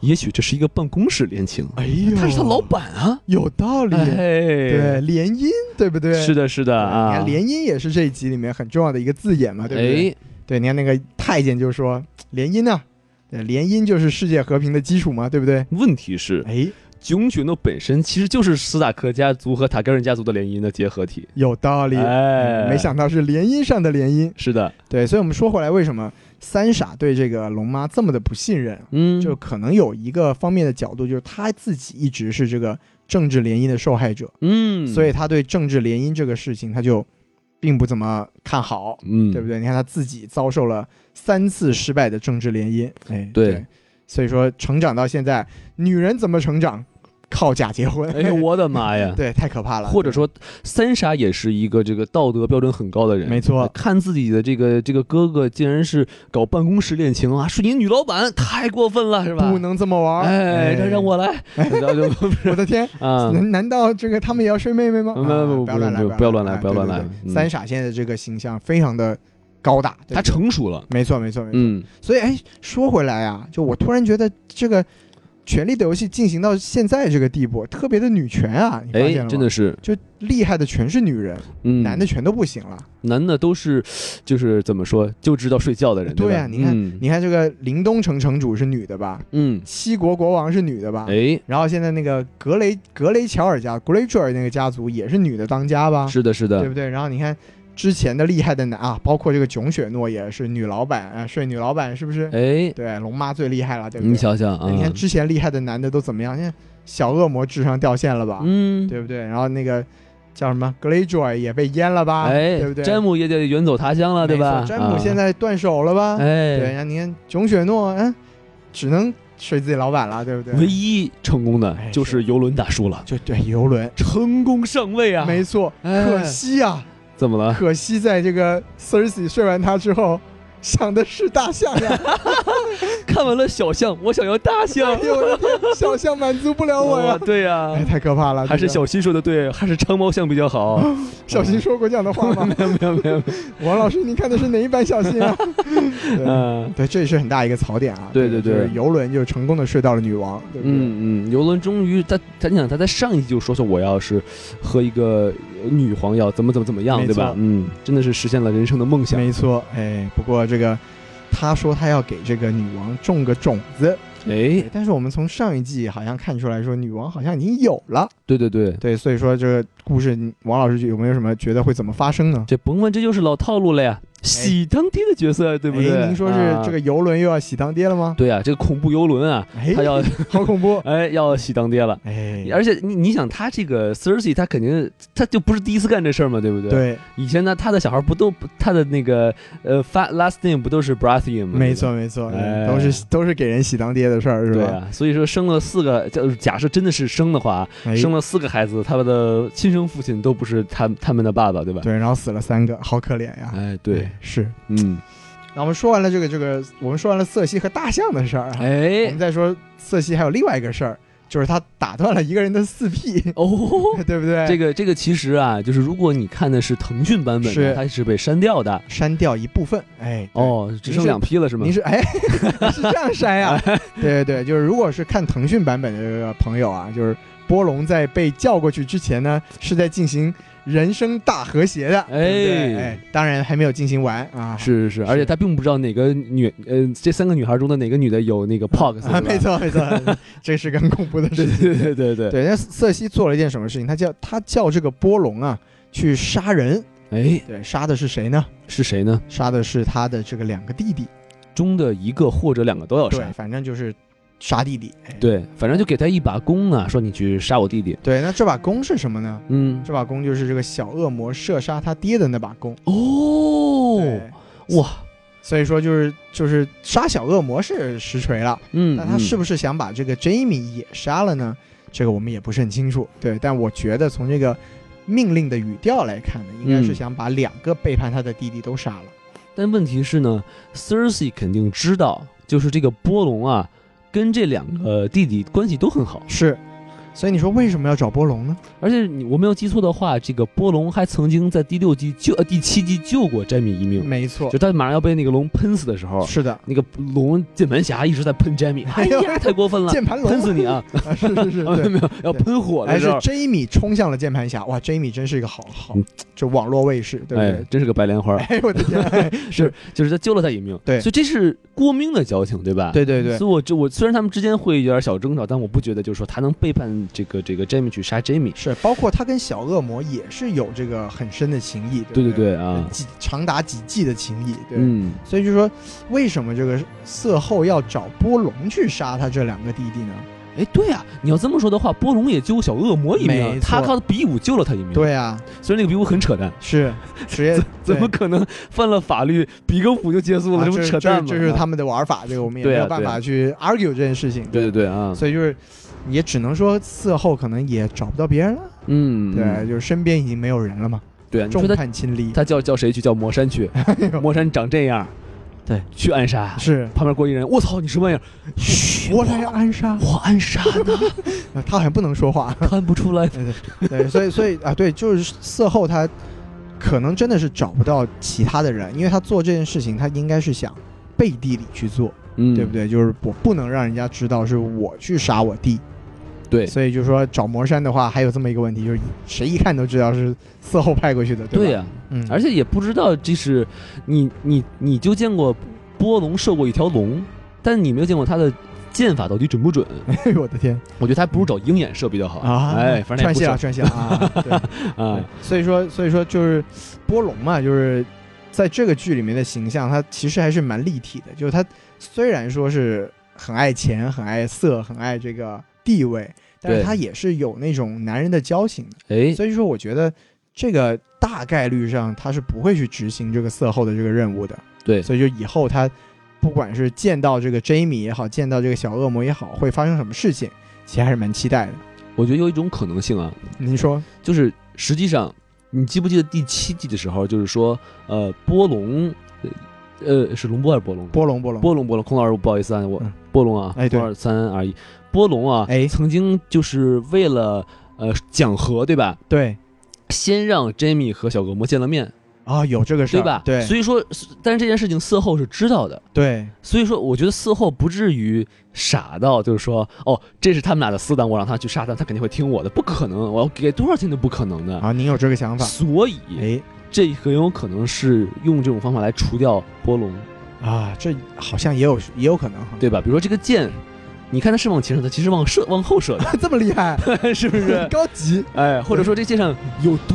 Speaker 2: 也许这是一个办公室恋情。
Speaker 1: 哎呦
Speaker 2: 他是他老，板啊，
Speaker 1: 有道理。对，
Speaker 2: 哎，
Speaker 1: 联姻，对不对？
Speaker 2: 是
Speaker 1: 的
Speaker 2: 的，是的
Speaker 1: 你
Speaker 2: 啊
Speaker 1: 看，。联姻也是这一集里面很重要的一个字眼嘛，对不对？
Speaker 2: 哎，
Speaker 1: 对，你看那个太监就说联姻啊，对，联姻就是世界和平的基础嘛，对不对？
Speaker 2: 问题是，
Speaker 1: 哎，
Speaker 2: 囧雪诺本身其实就是斯塔克家族和塔格尔家族的联姻的结合体。
Speaker 1: 有道理。嗯
Speaker 2: 哎，
Speaker 1: 没想到是联姻上的联姻，
Speaker 2: 是的，
Speaker 1: 对，所以我们说回来，为什么三傻对这个龙妈这么的不信任？
Speaker 2: 嗯，
Speaker 1: 就可能有一个方面的角度，就是他自己一直是这个政治联姻的受害者，
Speaker 2: 嗯，
Speaker 1: 所以他对政治联姻这个事情他就并不怎么看好，
Speaker 2: 嗯，
Speaker 1: 对不
Speaker 2: 对？
Speaker 1: 对？你看他自己遭受了三次失败的政治联姻，哎，
Speaker 2: 对
Speaker 1: 所以说成长到现在，女人怎么成长？靠假结婚，
Speaker 2: 哎呦，我的妈呀！
Speaker 1: 对，太可怕了。
Speaker 2: 或者说，三傻也是一个这个道德标准很高的人，
Speaker 1: 没错
Speaker 2: 看自己的这个这个哥哥竟然是搞办公室恋情啊，是你女老板，太过分了，是吧？
Speaker 1: 不能这么玩儿，
Speaker 2: 哎，让让，我来，然后就
Speaker 1: 我的天，
Speaker 2: 啊，
Speaker 1: 难难道这个他们也要睡妹妹吗？
Speaker 2: 不
Speaker 1: 啊
Speaker 2: 不不
Speaker 1: 不要乱来，
Speaker 2: 不不要乱来
Speaker 1: 哎
Speaker 2: 不要
Speaker 1: 对
Speaker 2: 乱
Speaker 1: 对
Speaker 2: 来
Speaker 1: 对
Speaker 2: 嗯
Speaker 1: 三傻现在这个形象非常的高大，对
Speaker 2: 他
Speaker 1: 对
Speaker 2: 成熟了，
Speaker 1: 没错没错没错。
Speaker 2: 嗯，
Speaker 1: 所以哎，说回来啊，就我突然觉得这个《权力的游戏》进行到现在这个地步，特别的女权啊，你发现
Speaker 2: 哎
Speaker 1: 了，吗
Speaker 2: 真的是，
Speaker 1: 就厉害的全是女人，
Speaker 2: 嗯，
Speaker 1: 男的全都不行了。
Speaker 2: 男的都是，就是怎么说，就知道睡觉的人，
Speaker 1: 对
Speaker 2: 吧
Speaker 1: 啊你看
Speaker 2: 嗯
Speaker 1: 你看这个林东城城主是女的吧，
Speaker 2: 嗯，
Speaker 1: 七国国王是女的吧。
Speaker 2: 哎，
Speaker 1: 然后现在那个格雷格雷乔尔家格雷乔尔那个家族也是女的当家吧？
Speaker 2: 是的，是
Speaker 1: 啊对
Speaker 2: 的，
Speaker 1: 不对？然后你看之前的厉害的男啊，包括这个囧雪诺也是女老板啊、呃睡女老板是不是？
Speaker 2: 哎，
Speaker 1: 对，龙妈最厉害了，对不
Speaker 2: 你
Speaker 1: 对？
Speaker 2: 想想啊，
Speaker 1: 你看之前厉害的男的都怎么样？现在小恶魔智商掉线了吧？
Speaker 2: 嗯，
Speaker 1: 啊对不对？然后那个叫什么 Glajoy 也被淹了吧？
Speaker 2: 哎，
Speaker 1: 对不对？
Speaker 2: 詹姆也得远走他乡了，对
Speaker 1: 没
Speaker 2: 吧？
Speaker 1: 错詹姆现
Speaker 2: 啊，
Speaker 1: 在断手了吧？对，
Speaker 2: 哎，
Speaker 1: 然后你看囧雪诺，嗯，只能睡自己老板了，对不对？
Speaker 2: 唯一成功的
Speaker 1: 哎
Speaker 2: 就是是游轮大叔了，
Speaker 1: 就对游轮，
Speaker 2: 成功上位啊！
Speaker 1: 没错。
Speaker 2: 哎
Speaker 1: 可惜啊呀、
Speaker 2: 怎么了？
Speaker 1: 可惜在这个 Cersei 睡完他之后，想的是大象呀，
Speaker 2: 看完了小象，我想要大象。
Speaker 1: 哎呦我的天，小象满足不了我呀
Speaker 2: 哇！对呀、
Speaker 1: 哎，太可怕了，
Speaker 2: 还是小新说的对，还是长毛象比 较好。
Speaker 1: 这个小新说过这样的话吗？
Speaker 2: 没有没有没有，
Speaker 1: 王老师，您看的是哪一版小新 啊？对
Speaker 2: 嗯
Speaker 1: 对，这也是很大一个槽点啊。
Speaker 2: 对对
Speaker 1: 就是
Speaker 2: 对
Speaker 1: 游轮就成功的睡到了女王，对不对？
Speaker 2: 嗯嗯，游轮终于他，他你想他在上一集就说说我要是喝一个呃女皇药，怎么怎么怎么样，
Speaker 1: 没
Speaker 2: 对吧
Speaker 1: 错？
Speaker 2: 嗯，真的是实现了人生的梦想。
Speaker 1: 没错，哎，不过这个他说他要给这个女王种个种子，
Speaker 2: 哎，
Speaker 1: 但是我们从上一季好像看出来说，女王好像已经有了，
Speaker 2: 对对对，
Speaker 1: 对，所以说这个故事，你王老师有没有什么觉得会怎么发生呢？
Speaker 2: 这甭问，这就是老套路了呀，喜当爹的角色，对不对？
Speaker 1: 哎您说是这
Speaker 2: 啊？
Speaker 1: 个游轮又要喜当爹了吗？
Speaker 2: 对呀、啊这个恐怖游轮啊，
Speaker 1: 哎，
Speaker 2: 他要，
Speaker 1: 好恐怖
Speaker 2: 哎要喜当爹了。
Speaker 1: 哎，
Speaker 2: 而且你你想，他这个 Cersei，他肯定他就不是第一次干这事儿嘛，对不对？。
Speaker 1: 对，
Speaker 2: 以前呢，他的小孩不都他的那个呃发 last name 不都是 Baratheon 吗？
Speaker 1: 没错没错，
Speaker 2: 嗯哎
Speaker 1: 都是都是给人喜当爹的事儿，是
Speaker 2: 对吧。对
Speaker 1: 吧？
Speaker 2: 啊，所以说生了四个，就是假设真的是生的话，
Speaker 1: 哎
Speaker 2: 生了四个孩子，他们的亲生父亲都不是他他们的爸爸，对吧？
Speaker 1: 对，然后死了三个，好可怜呀。
Speaker 2: 哎，对，
Speaker 1: 哎，是。
Speaker 2: 嗯，
Speaker 1: 那我们说完了这个这个，我们说完了瑟西和大象的事儿啊，我
Speaker 2: 哎
Speaker 1: 们，再说瑟西还有另外一个事儿，就是他打断了一个人的四 P，
Speaker 2: 哦，
Speaker 1: 对不对？
Speaker 2: 这
Speaker 1: 个
Speaker 2: 个这个其实啊，就是如果你看的是腾讯版本
Speaker 1: 是
Speaker 2: 的，它是被删掉的。
Speaker 1: 删掉一部分，哎，对。
Speaker 2: 哦，只剩两批了是吗
Speaker 1: 您？是哎， 是这样删 呀、对对对，就是如果是看腾讯版本的这个朋友啊，就是波龙在被叫过去之前呢，是在进行人生大和谐的，对不对
Speaker 2: 哎
Speaker 1: 哎，当然还没有进行完啊，
Speaker 2: 是是是，而且他并不知道哪个女，呃，这三个女孩中的哪个女的有那个
Speaker 1: 啊，
Speaker 2: pox，对吧
Speaker 1: 没，错没 错，这是个很恐怖的事
Speaker 2: 对
Speaker 1: 情。
Speaker 2: 对对对对，
Speaker 1: 对，那瑟西做了一件什么事情？他叫他叫这个波龙啊去杀人，
Speaker 2: 哎，
Speaker 1: 对，杀的是谁呢？
Speaker 2: 是谁呢？
Speaker 1: 杀的是他的这个两个弟弟，
Speaker 2: 中的一个或者两个都要
Speaker 1: 对
Speaker 2: 杀，。
Speaker 1: 反正就是杀弟弟。哎
Speaker 2: 哦啊对，反正就给他一把弓呢，说你去杀我弟弟。
Speaker 1: 对，那这把弓是什么呢？
Speaker 2: 嗯，
Speaker 1: 这把弓就是这个小恶魔射杀他爹的那把弓。
Speaker 2: 哦
Speaker 1: 对，，
Speaker 2: 哇，
Speaker 1: 所以说就是就是杀小恶魔是实锤了，
Speaker 2: 嗯，
Speaker 1: 但他是
Speaker 2: 不
Speaker 1: 不是想把这个 Jamie 也杀了呢？这个我们也不是很清楚。对，但我觉得从这个命令的语调来看呢，应该是
Speaker 2: 嗯
Speaker 1: 想把两个背叛他的弟弟都杀了。
Speaker 2: 但问题是呢，Cersei 肯定知道，就是这个波龙啊，跟这两个弟弟关系都很好，
Speaker 1: 是，所以你说为什么要找波龙呢？
Speaker 2: 而且你我没有记错的话，这个波龙还曾经在第六季救呃第七季救过詹米一命，
Speaker 1: 没错
Speaker 2: 就，他马上要被那个龙喷死的时候，
Speaker 1: 是的，
Speaker 2: 那个龙键盘侠一直在喷詹米，哎
Speaker 1: 哎
Speaker 2: 呀，
Speaker 1: 呦
Speaker 2: 太过分了，
Speaker 1: 键盘龙
Speaker 2: 喷死你！啊！
Speaker 1: 啊是是是，
Speaker 2: 啊没有
Speaker 1: 对。
Speaker 2: 没有，要
Speaker 1: 对
Speaker 2: 喷火
Speaker 1: 还
Speaker 2: 的
Speaker 1: 是
Speaker 2: 时候，
Speaker 1: Jamie 冲向了键盘侠，哇，Jamie 真是一个好好
Speaker 2: 嗯，
Speaker 1: 就网络卫士，对不
Speaker 2: 哎
Speaker 1: 对，？
Speaker 2: 真是个白莲花。
Speaker 1: 哎，我的天，哎
Speaker 2: 是，就是他救了他一命，
Speaker 1: 对
Speaker 2: 所以这是郭明的交情，对吧？，
Speaker 1: 对对对，
Speaker 2: 所以我就我虽然他们之间会有点小争吵，但我不觉得就是说他能背叛这个这个 Jamie 去杀 Jamie，
Speaker 1: 是，包括他跟小恶魔也是有这个很深的情谊，
Speaker 2: 对
Speaker 1: 不
Speaker 2: 对
Speaker 1: 对
Speaker 2: 对啊，
Speaker 1: 几长达几季的情谊，对。
Speaker 2: 嗯，
Speaker 1: 所以就说，为什么这个色后要找波龙去杀他这两个弟弟呢？
Speaker 2: 哎，对啊，你要这么说的话，波龙也救小恶魔一
Speaker 1: 没
Speaker 2: 命，啊
Speaker 1: 错
Speaker 2: 他靠比武救了他一命，，
Speaker 1: 对啊，
Speaker 2: 虽然那个比武很扯淡，
Speaker 1: 是职业
Speaker 2: 嗯怎么可能犯了法律比个武就结束了，
Speaker 1: 啊
Speaker 2: 这不
Speaker 1: 这
Speaker 2: 扯淡吗？
Speaker 1: 这这是他们的玩法，这个我们也没
Speaker 2: 对啊
Speaker 1: 有办
Speaker 2: 对啊
Speaker 1: 法去 argue 这件事情。
Speaker 2: 对对对啊，
Speaker 1: 所以就是，也只能说色后可能也找不到别人了，
Speaker 2: 嗯，
Speaker 1: 对，
Speaker 2: 嗯
Speaker 1: 就是身边已经没有人了嘛，
Speaker 2: 对啊，你
Speaker 1: 众
Speaker 2: 说他
Speaker 1: 叛哎亲离。
Speaker 2: 他叫叫谁去叫魔山 去，魔山长这样，对，去暗杀，
Speaker 1: 是，
Speaker 2: 旁边过一人，我操，你什么样？ 嘘
Speaker 1: 我来暗 杀，
Speaker 2: 我暗杀呢，
Speaker 1: 呃他好像不能说话。
Speaker 2: 看不 出来。
Speaker 1: 对对对，所以所以啊，对，就是色后他可能真的是找不到其他的人，因为他做这件事情，他应该是想背地里去做，
Speaker 2: 嗯
Speaker 1: 对不？对？就是我不能让人家知道是我去杀我弟，
Speaker 2: 对
Speaker 1: 所以就说找魔山的话，还有这么一个问题，就是谁一看都知道是色后派过去的，
Speaker 2: 对
Speaker 1: 吧？
Speaker 2: 呀、
Speaker 1: 嗯，
Speaker 2: 而且也不知道这是你你你就见过波龙射过一条龙，但你没有见过他的箭法到底准 不准。
Speaker 1: 哎呦我的天
Speaker 2: 我觉得他还不如找鹰眼射比较好。
Speaker 1: 啊！
Speaker 2: 哎，反正
Speaker 1: 串
Speaker 2: 也不
Speaker 1: 戏
Speaker 2: 是
Speaker 1: 了，串戏了啊！对对
Speaker 2: 啊，
Speaker 1: 所以说，所以说就是波龙嘛，就是在这个剧里面的形象，他其实还是蛮立体的。就是他虽然说是很爱钱、很爱色、很爱这个地位，但是
Speaker 2: 对
Speaker 1: 他也是有那种男人的交情的。
Speaker 2: 哎，
Speaker 1: 所以说，我觉得这个大概率上他是不会去执行这个色后的这个任务的。
Speaker 2: 对，
Speaker 1: 所以就以后他不管是见到这个 Jamie 也好，见到这个小恶魔也好，会发生什么事情，其实还是蛮期待的。
Speaker 2: 我觉得有一种可能性啊，
Speaker 1: 您说
Speaker 2: 就是实际上你记不记得第七季的时候，就是说，呃，波龙呃呃，是龙波还是波龙？
Speaker 1: 波龙波龙
Speaker 2: 波龙波龙，孔老师不好意思啊，我
Speaker 1: 嗯
Speaker 2: 波龙啊，
Speaker 1: 哎对
Speaker 2: 二三二一，波龙啊，
Speaker 1: 哎
Speaker 2: 曾经就是为了呃讲和对吧，
Speaker 1: 对
Speaker 2: 先让 Jamie 和小恶魔见了面，
Speaker 1: 啊，有这个事儿
Speaker 2: 对吧？
Speaker 1: 对
Speaker 2: 所以说，但是这件事情事后是知道的，
Speaker 1: 对
Speaker 2: 所以说我觉得事后不至于傻到就是说，哦，这是他们俩的私党，我让他去杀他，他肯定会听我的，不可能，我要给多少钱都不可能的。
Speaker 1: 啊，您有这个想法？
Speaker 2: 所以，
Speaker 1: 哎
Speaker 2: 这很有可能是用这种方法来除掉波龙，
Speaker 1: 啊，这好像也有也有可能哈，
Speaker 2: 对吧？比如说这个箭，你看它是往前射，它其实往射往后射
Speaker 1: 这么厉害，？
Speaker 2: 的， 是不是
Speaker 1: 高级，
Speaker 2: 哎，或者说这箭上有毒，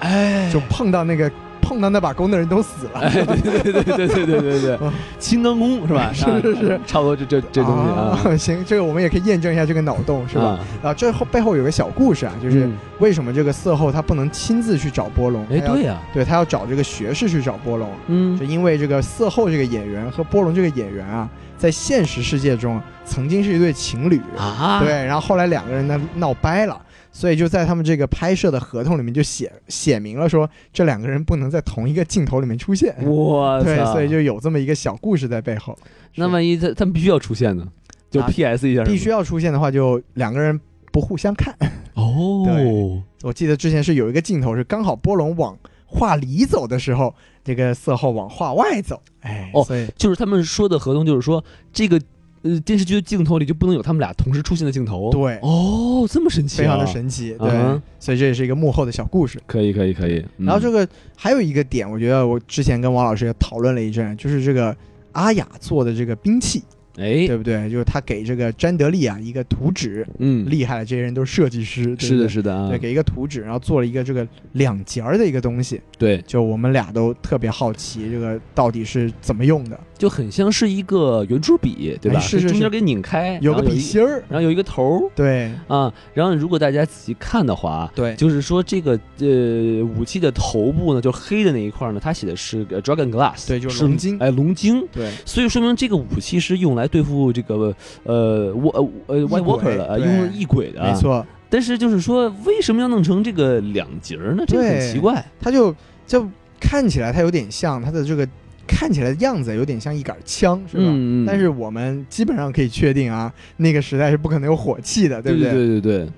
Speaker 2: 哎，
Speaker 1: 就碰到那个碰到那把弓的人都死了。
Speaker 2: 哎， 对对对对对对对 对，金刚 功是吧？
Speaker 1: 是是是
Speaker 2: 啊，差不多这这这东西啊，
Speaker 1: 啊，行，这个我们也可以验证一下这个脑洞， 是吧？
Speaker 2: 啊？
Speaker 1: 啊，这后背后有个小故事啊，就是
Speaker 2: 嗯
Speaker 1: 为什么这个色后他不能亲自去找波龙？
Speaker 2: 哎，
Speaker 1: 他要
Speaker 2: 对，呀，
Speaker 1: 对他要找这个学士去找波龙，
Speaker 2: 嗯
Speaker 1: 是因为这个色后这个演员和波龙这个演员啊，在现实世界中曾经是一对情侣，
Speaker 2: 啊，
Speaker 1: 对，然后后来两个人呢闹掰了，所以就在他们这个拍摄的合同里面就写写明了说这两个人不能在同一个镜头里面出现。
Speaker 2: 我
Speaker 1: 对，
Speaker 2: 操，
Speaker 1: 所以就有这么一个小故事在背后。
Speaker 2: 那万一他他们必须要出现呢？就
Speaker 1: 啊
Speaker 2: PS 一下是吗，
Speaker 1: 必须要出现的话，就两个人不互相看。
Speaker 2: 哦
Speaker 1: 对，我记得之前是有一个镜头是刚好波龙往画里走的时候，这个色后往画外走，哎，
Speaker 2: 哦
Speaker 1: 所以
Speaker 2: 就是他们说的合同，就是说这个呃电视剧的镜头里就不能有他们俩同时出现的镜头。
Speaker 1: 对
Speaker 2: 哦，这么神奇、啊，
Speaker 1: 非常的神奇，对，
Speaker 2: 嗯哼
Speaker 1: 所以这也是一个幕后的小故事。
Speaker 2: 可以可以可以。嗯
Speaker 1: 然后这个还有一个点，我觉得我之前跟王老师也讨论了一阵，就是这个阿雅做的这个兵器，
Speaker 2: 哎，
Speaker 1: 对不对？就是他给这个詹德利啊一个图纸，
Speaker 2: 嗯，
Speaker 1: 厉害了，这些人都是设计师，对不
Speaker 2: 是
Speaker 1: 对
Speaker 2: 的，是的啊
Speaker 1: 对，，给一个图纸，然后做了一个这个两节儿的一个东西，
Speaker 2: 对，
Speaker 1: 就我们俩都特别好奇这个到底是怎么用的，
Speaker 2: 就很像是一个圆珠笔，对吧？
Speaker 1: 哎是是
Speaker 2: 中
Speaker 1: 是
Speaker 2: 间给拧开，
Speaker 1: 有
Speaker 2: 哎然
Speaker 1: 个
Speaker 2: 后
Speaker 1: 笔
Speaker 2: 一，
Speaker 1: 芯儿，
Speaker 2: 然后有一个头
Speaker 1: 对
Speaker 2: 儿啊。然后如果大家仔细看的话，
Speaker 1: 对
Speaker 2: 就是说这个呃武器的头部呢，就是黑的那一块呢，它写的是呃 dragon glass，
Speaker 1: 对就是龙晶
Speaker 2: 哎龙晶。
Speaker 1: 对
Speaker 2: 所以说明这个武器是用来对付这个呃沃呃呃 White
Speaker 1: 异鬼
Speaker 2: Walker 的，呃
Speaker 1: 对
Speaker 2: 用异鬼的，
Speaker 1: 没。错，
Speaker 2: 但是就是说，为什么要弄成这个两节儿呢？这个很
Speaker 1: 对
Speaker 2: 奇怪。
Speaker 1: 它就就看起来它有点像它的这个看起来的样子有点像一杆枪，是吧？
Speaker 2: 嗯，嗯
Speaker 1: 但是我们基本上可以确定啊，那个时代是不可能有火器的，
Speaker 2: 对
Speaker 1: 不
Speaker 2: 对对对对，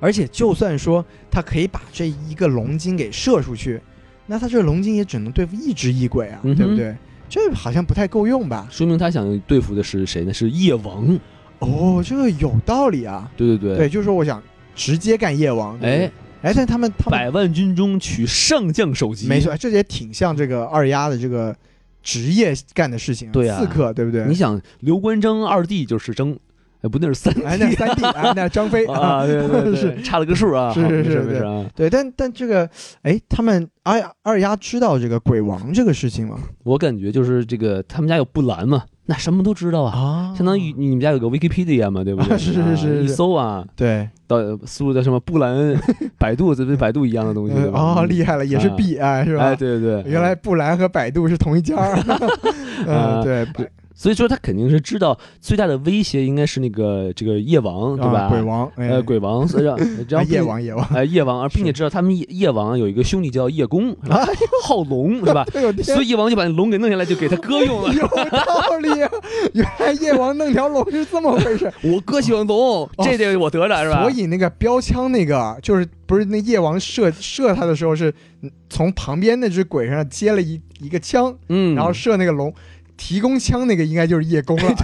Speaker 1: 而且就算说它可以把这一个龙筋给射出去，那它这个龙筋也只能对付一只异鬼啊，
Speaker 2: 嗯哼
Speaker 1: 对不对？这好像不太够用吧？
Speaker 2: 说明他想对付的是谁呢？是夜王。
Speaker 1: 哦，这个有道理啊。
Speaker 2: 对对对，
Speaker 1: 对，就是说我想直接干夜王。对不对
Speaker 2: 哎，，
Speaker 1: 哎，但他们他们
Speaker 2: 百万军中取上将首级。
Speaker 1: 没错，，哎这也挺像这个二丫的这个职业干的事情、
Speaker 2: 对啊
Speaker 1: 刺客，对不对？
Speaker 2: 你想刘关张二弟就是张，哎不，那是三弟
Speaker 1: 哎，那三弟，哎，那张飞
Speaker 2: 啊，对对对，对差了个数 啊。
Speaker 1: 是
Speaker 2: 好
Speaker 1: 是
Speaker 2: 没事
Speaker 1: 是
Speaker 2: 没事啊。
Speaker 1: 对，但但这个，哎，他们二二丫知道这个鬼王这个事情吗？
Speaker 2: 我感觉就是这个他们家有布兰嘛，那什么都知道啊。
Speaker 1: 啊
Speaker 2: 相当于你们家有个 Wikipedia 嘛，对不对？
Speaker 1: 啊 是是是
Speaker 2: 啊
Speaker 1: 是
Speaker 2: 一搜啊，
Speaker 1: 对，
Speaker 2: 到输入叫什么布兰恩、 百度，这不是百度一样的东西
Speaker 1: 嗯哦，厉害了，也是
Speaker 2: 啊
Speaker 1: B 哎，是
Speaker 2: 害
Speaker 1: 吧？
Speaker 2: 哎，对对对，
Speaker 1: 原来布兰和百度是同一家 儿，嗯，
Speaker 2: 啊
Speaker 1: 对，
Speaker 2: 所以说他肯定是知道最大的威胁应该是那个这个夜王，对
Speaker 1: 啊
Speaker 2: 吧？
Speaker 1: 鬼王，哎
Speaker 2: 呃，鬼王，所以 让
Speaker 1: 啊
Speaker 2: 让
Speaker 1: 夜。王，夜王，
Speaker 2: 呃，夜王，而并且
Speaker 1: 是？
Speaker 2: 知道他们夜夜王有一个兄弟叫夜公，是吧好龙是吧
Speaker 1: 哎呦
Speaker 2: 所
Speaker 1: 天，
Speaker 2: 以夜王就把那龙给弄下来，就给他哥用了
Speaker 1: 哎 。有道理啊，原来夜王弄条龙是这么回事，
Speaker 2: 我哥喜欢龙，这得我得着是吧？
Speaker 1: 哦所以那个标枪那个就是不是那夜王射射他的时候是从旁边那只鬼身上接了一一个枪，
Speaker 2: 嗯，
Speaker 1: 然后射那个龙。提供枪那个应该就是叶公 了，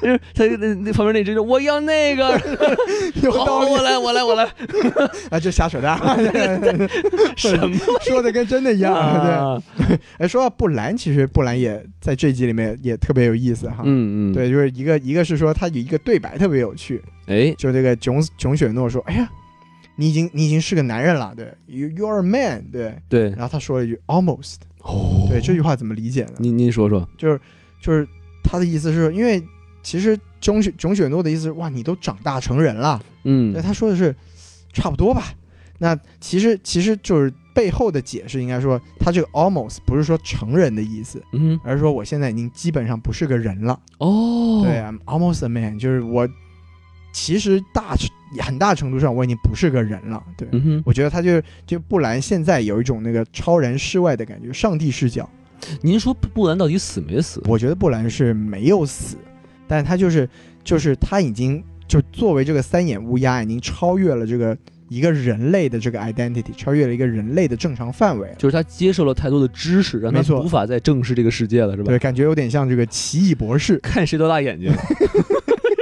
Speaker 2: 就是他那那旁边那只，我要那个，
Speaker 1: 有
Speaker 2: 好，
Speaker 1: 道理
Speaker 2: 我来，我来，我来，
Speaker 1: 啊！这瞎扯 淡，
Speaker 2: 什么
Speaker 1: 说的跟真的一样。对，
Speaker 2: 啊？
Speaker 1: 哎，说到布兰，其实布兰也在这集里面也特别有意思哈。
Speaker 2: 嗯嗯，，
Speaker 1: 对，就是一个一个是说他有一个对白特别有趣，
Speaker 2: 哎，
Speaker 1: 就这个囧囧雪诺说：“哎呀，你已经你已经是个男人了，对，you you are a man，对。”
Speaker 2: 对，
Speaker 1: 然后他说了一句 almost，
Speaker 2: 哦
Speaker 1: 对，这句话怎么理解呢？
Speaker 2: 您您说说，
Speaker 1: 就是就是他的意思是因为其实囧雪囧雪诺的意思是哇，你都长大成人了，
Speaker 2: 嗯
Speaker 1: 对，，他说的是差不多吧。那其实其实就是背后的解释应该说，他这个 almost 不是说成人的意思，
Speaker 2: 嗯，
Speaker 1: 而是说我现在已经基本上不是个人了。
Speaker 2: 哦，
Speaker 1: 对，I'm 啊 almost a man，就是我其实大很大程度上我已经不是个人了。对，
Speaker 2: 嗯哼，
Speaker 1: 我觉得他就就布兰现在有一种那个超然世外的感觉，上帝视角。
Speaker 2: 您说布兰到底死没死？
Speaker 1: 我觉得布兰是没有死，但是他就是就是他已经就作为这个三眼乌鸦，已经超越了这个一个人类的这个 identity，超越了一个人类的正常范围了。
Speaker 2: 就是他接受了太多的知识，让他
Speaker 1: 没错
Speaker 2: 无法再正视这个世界了，是吧。
Speaker 1: 对，？感觉有点像这个奇异博士
Speaker 2: 看谁都大眼睛，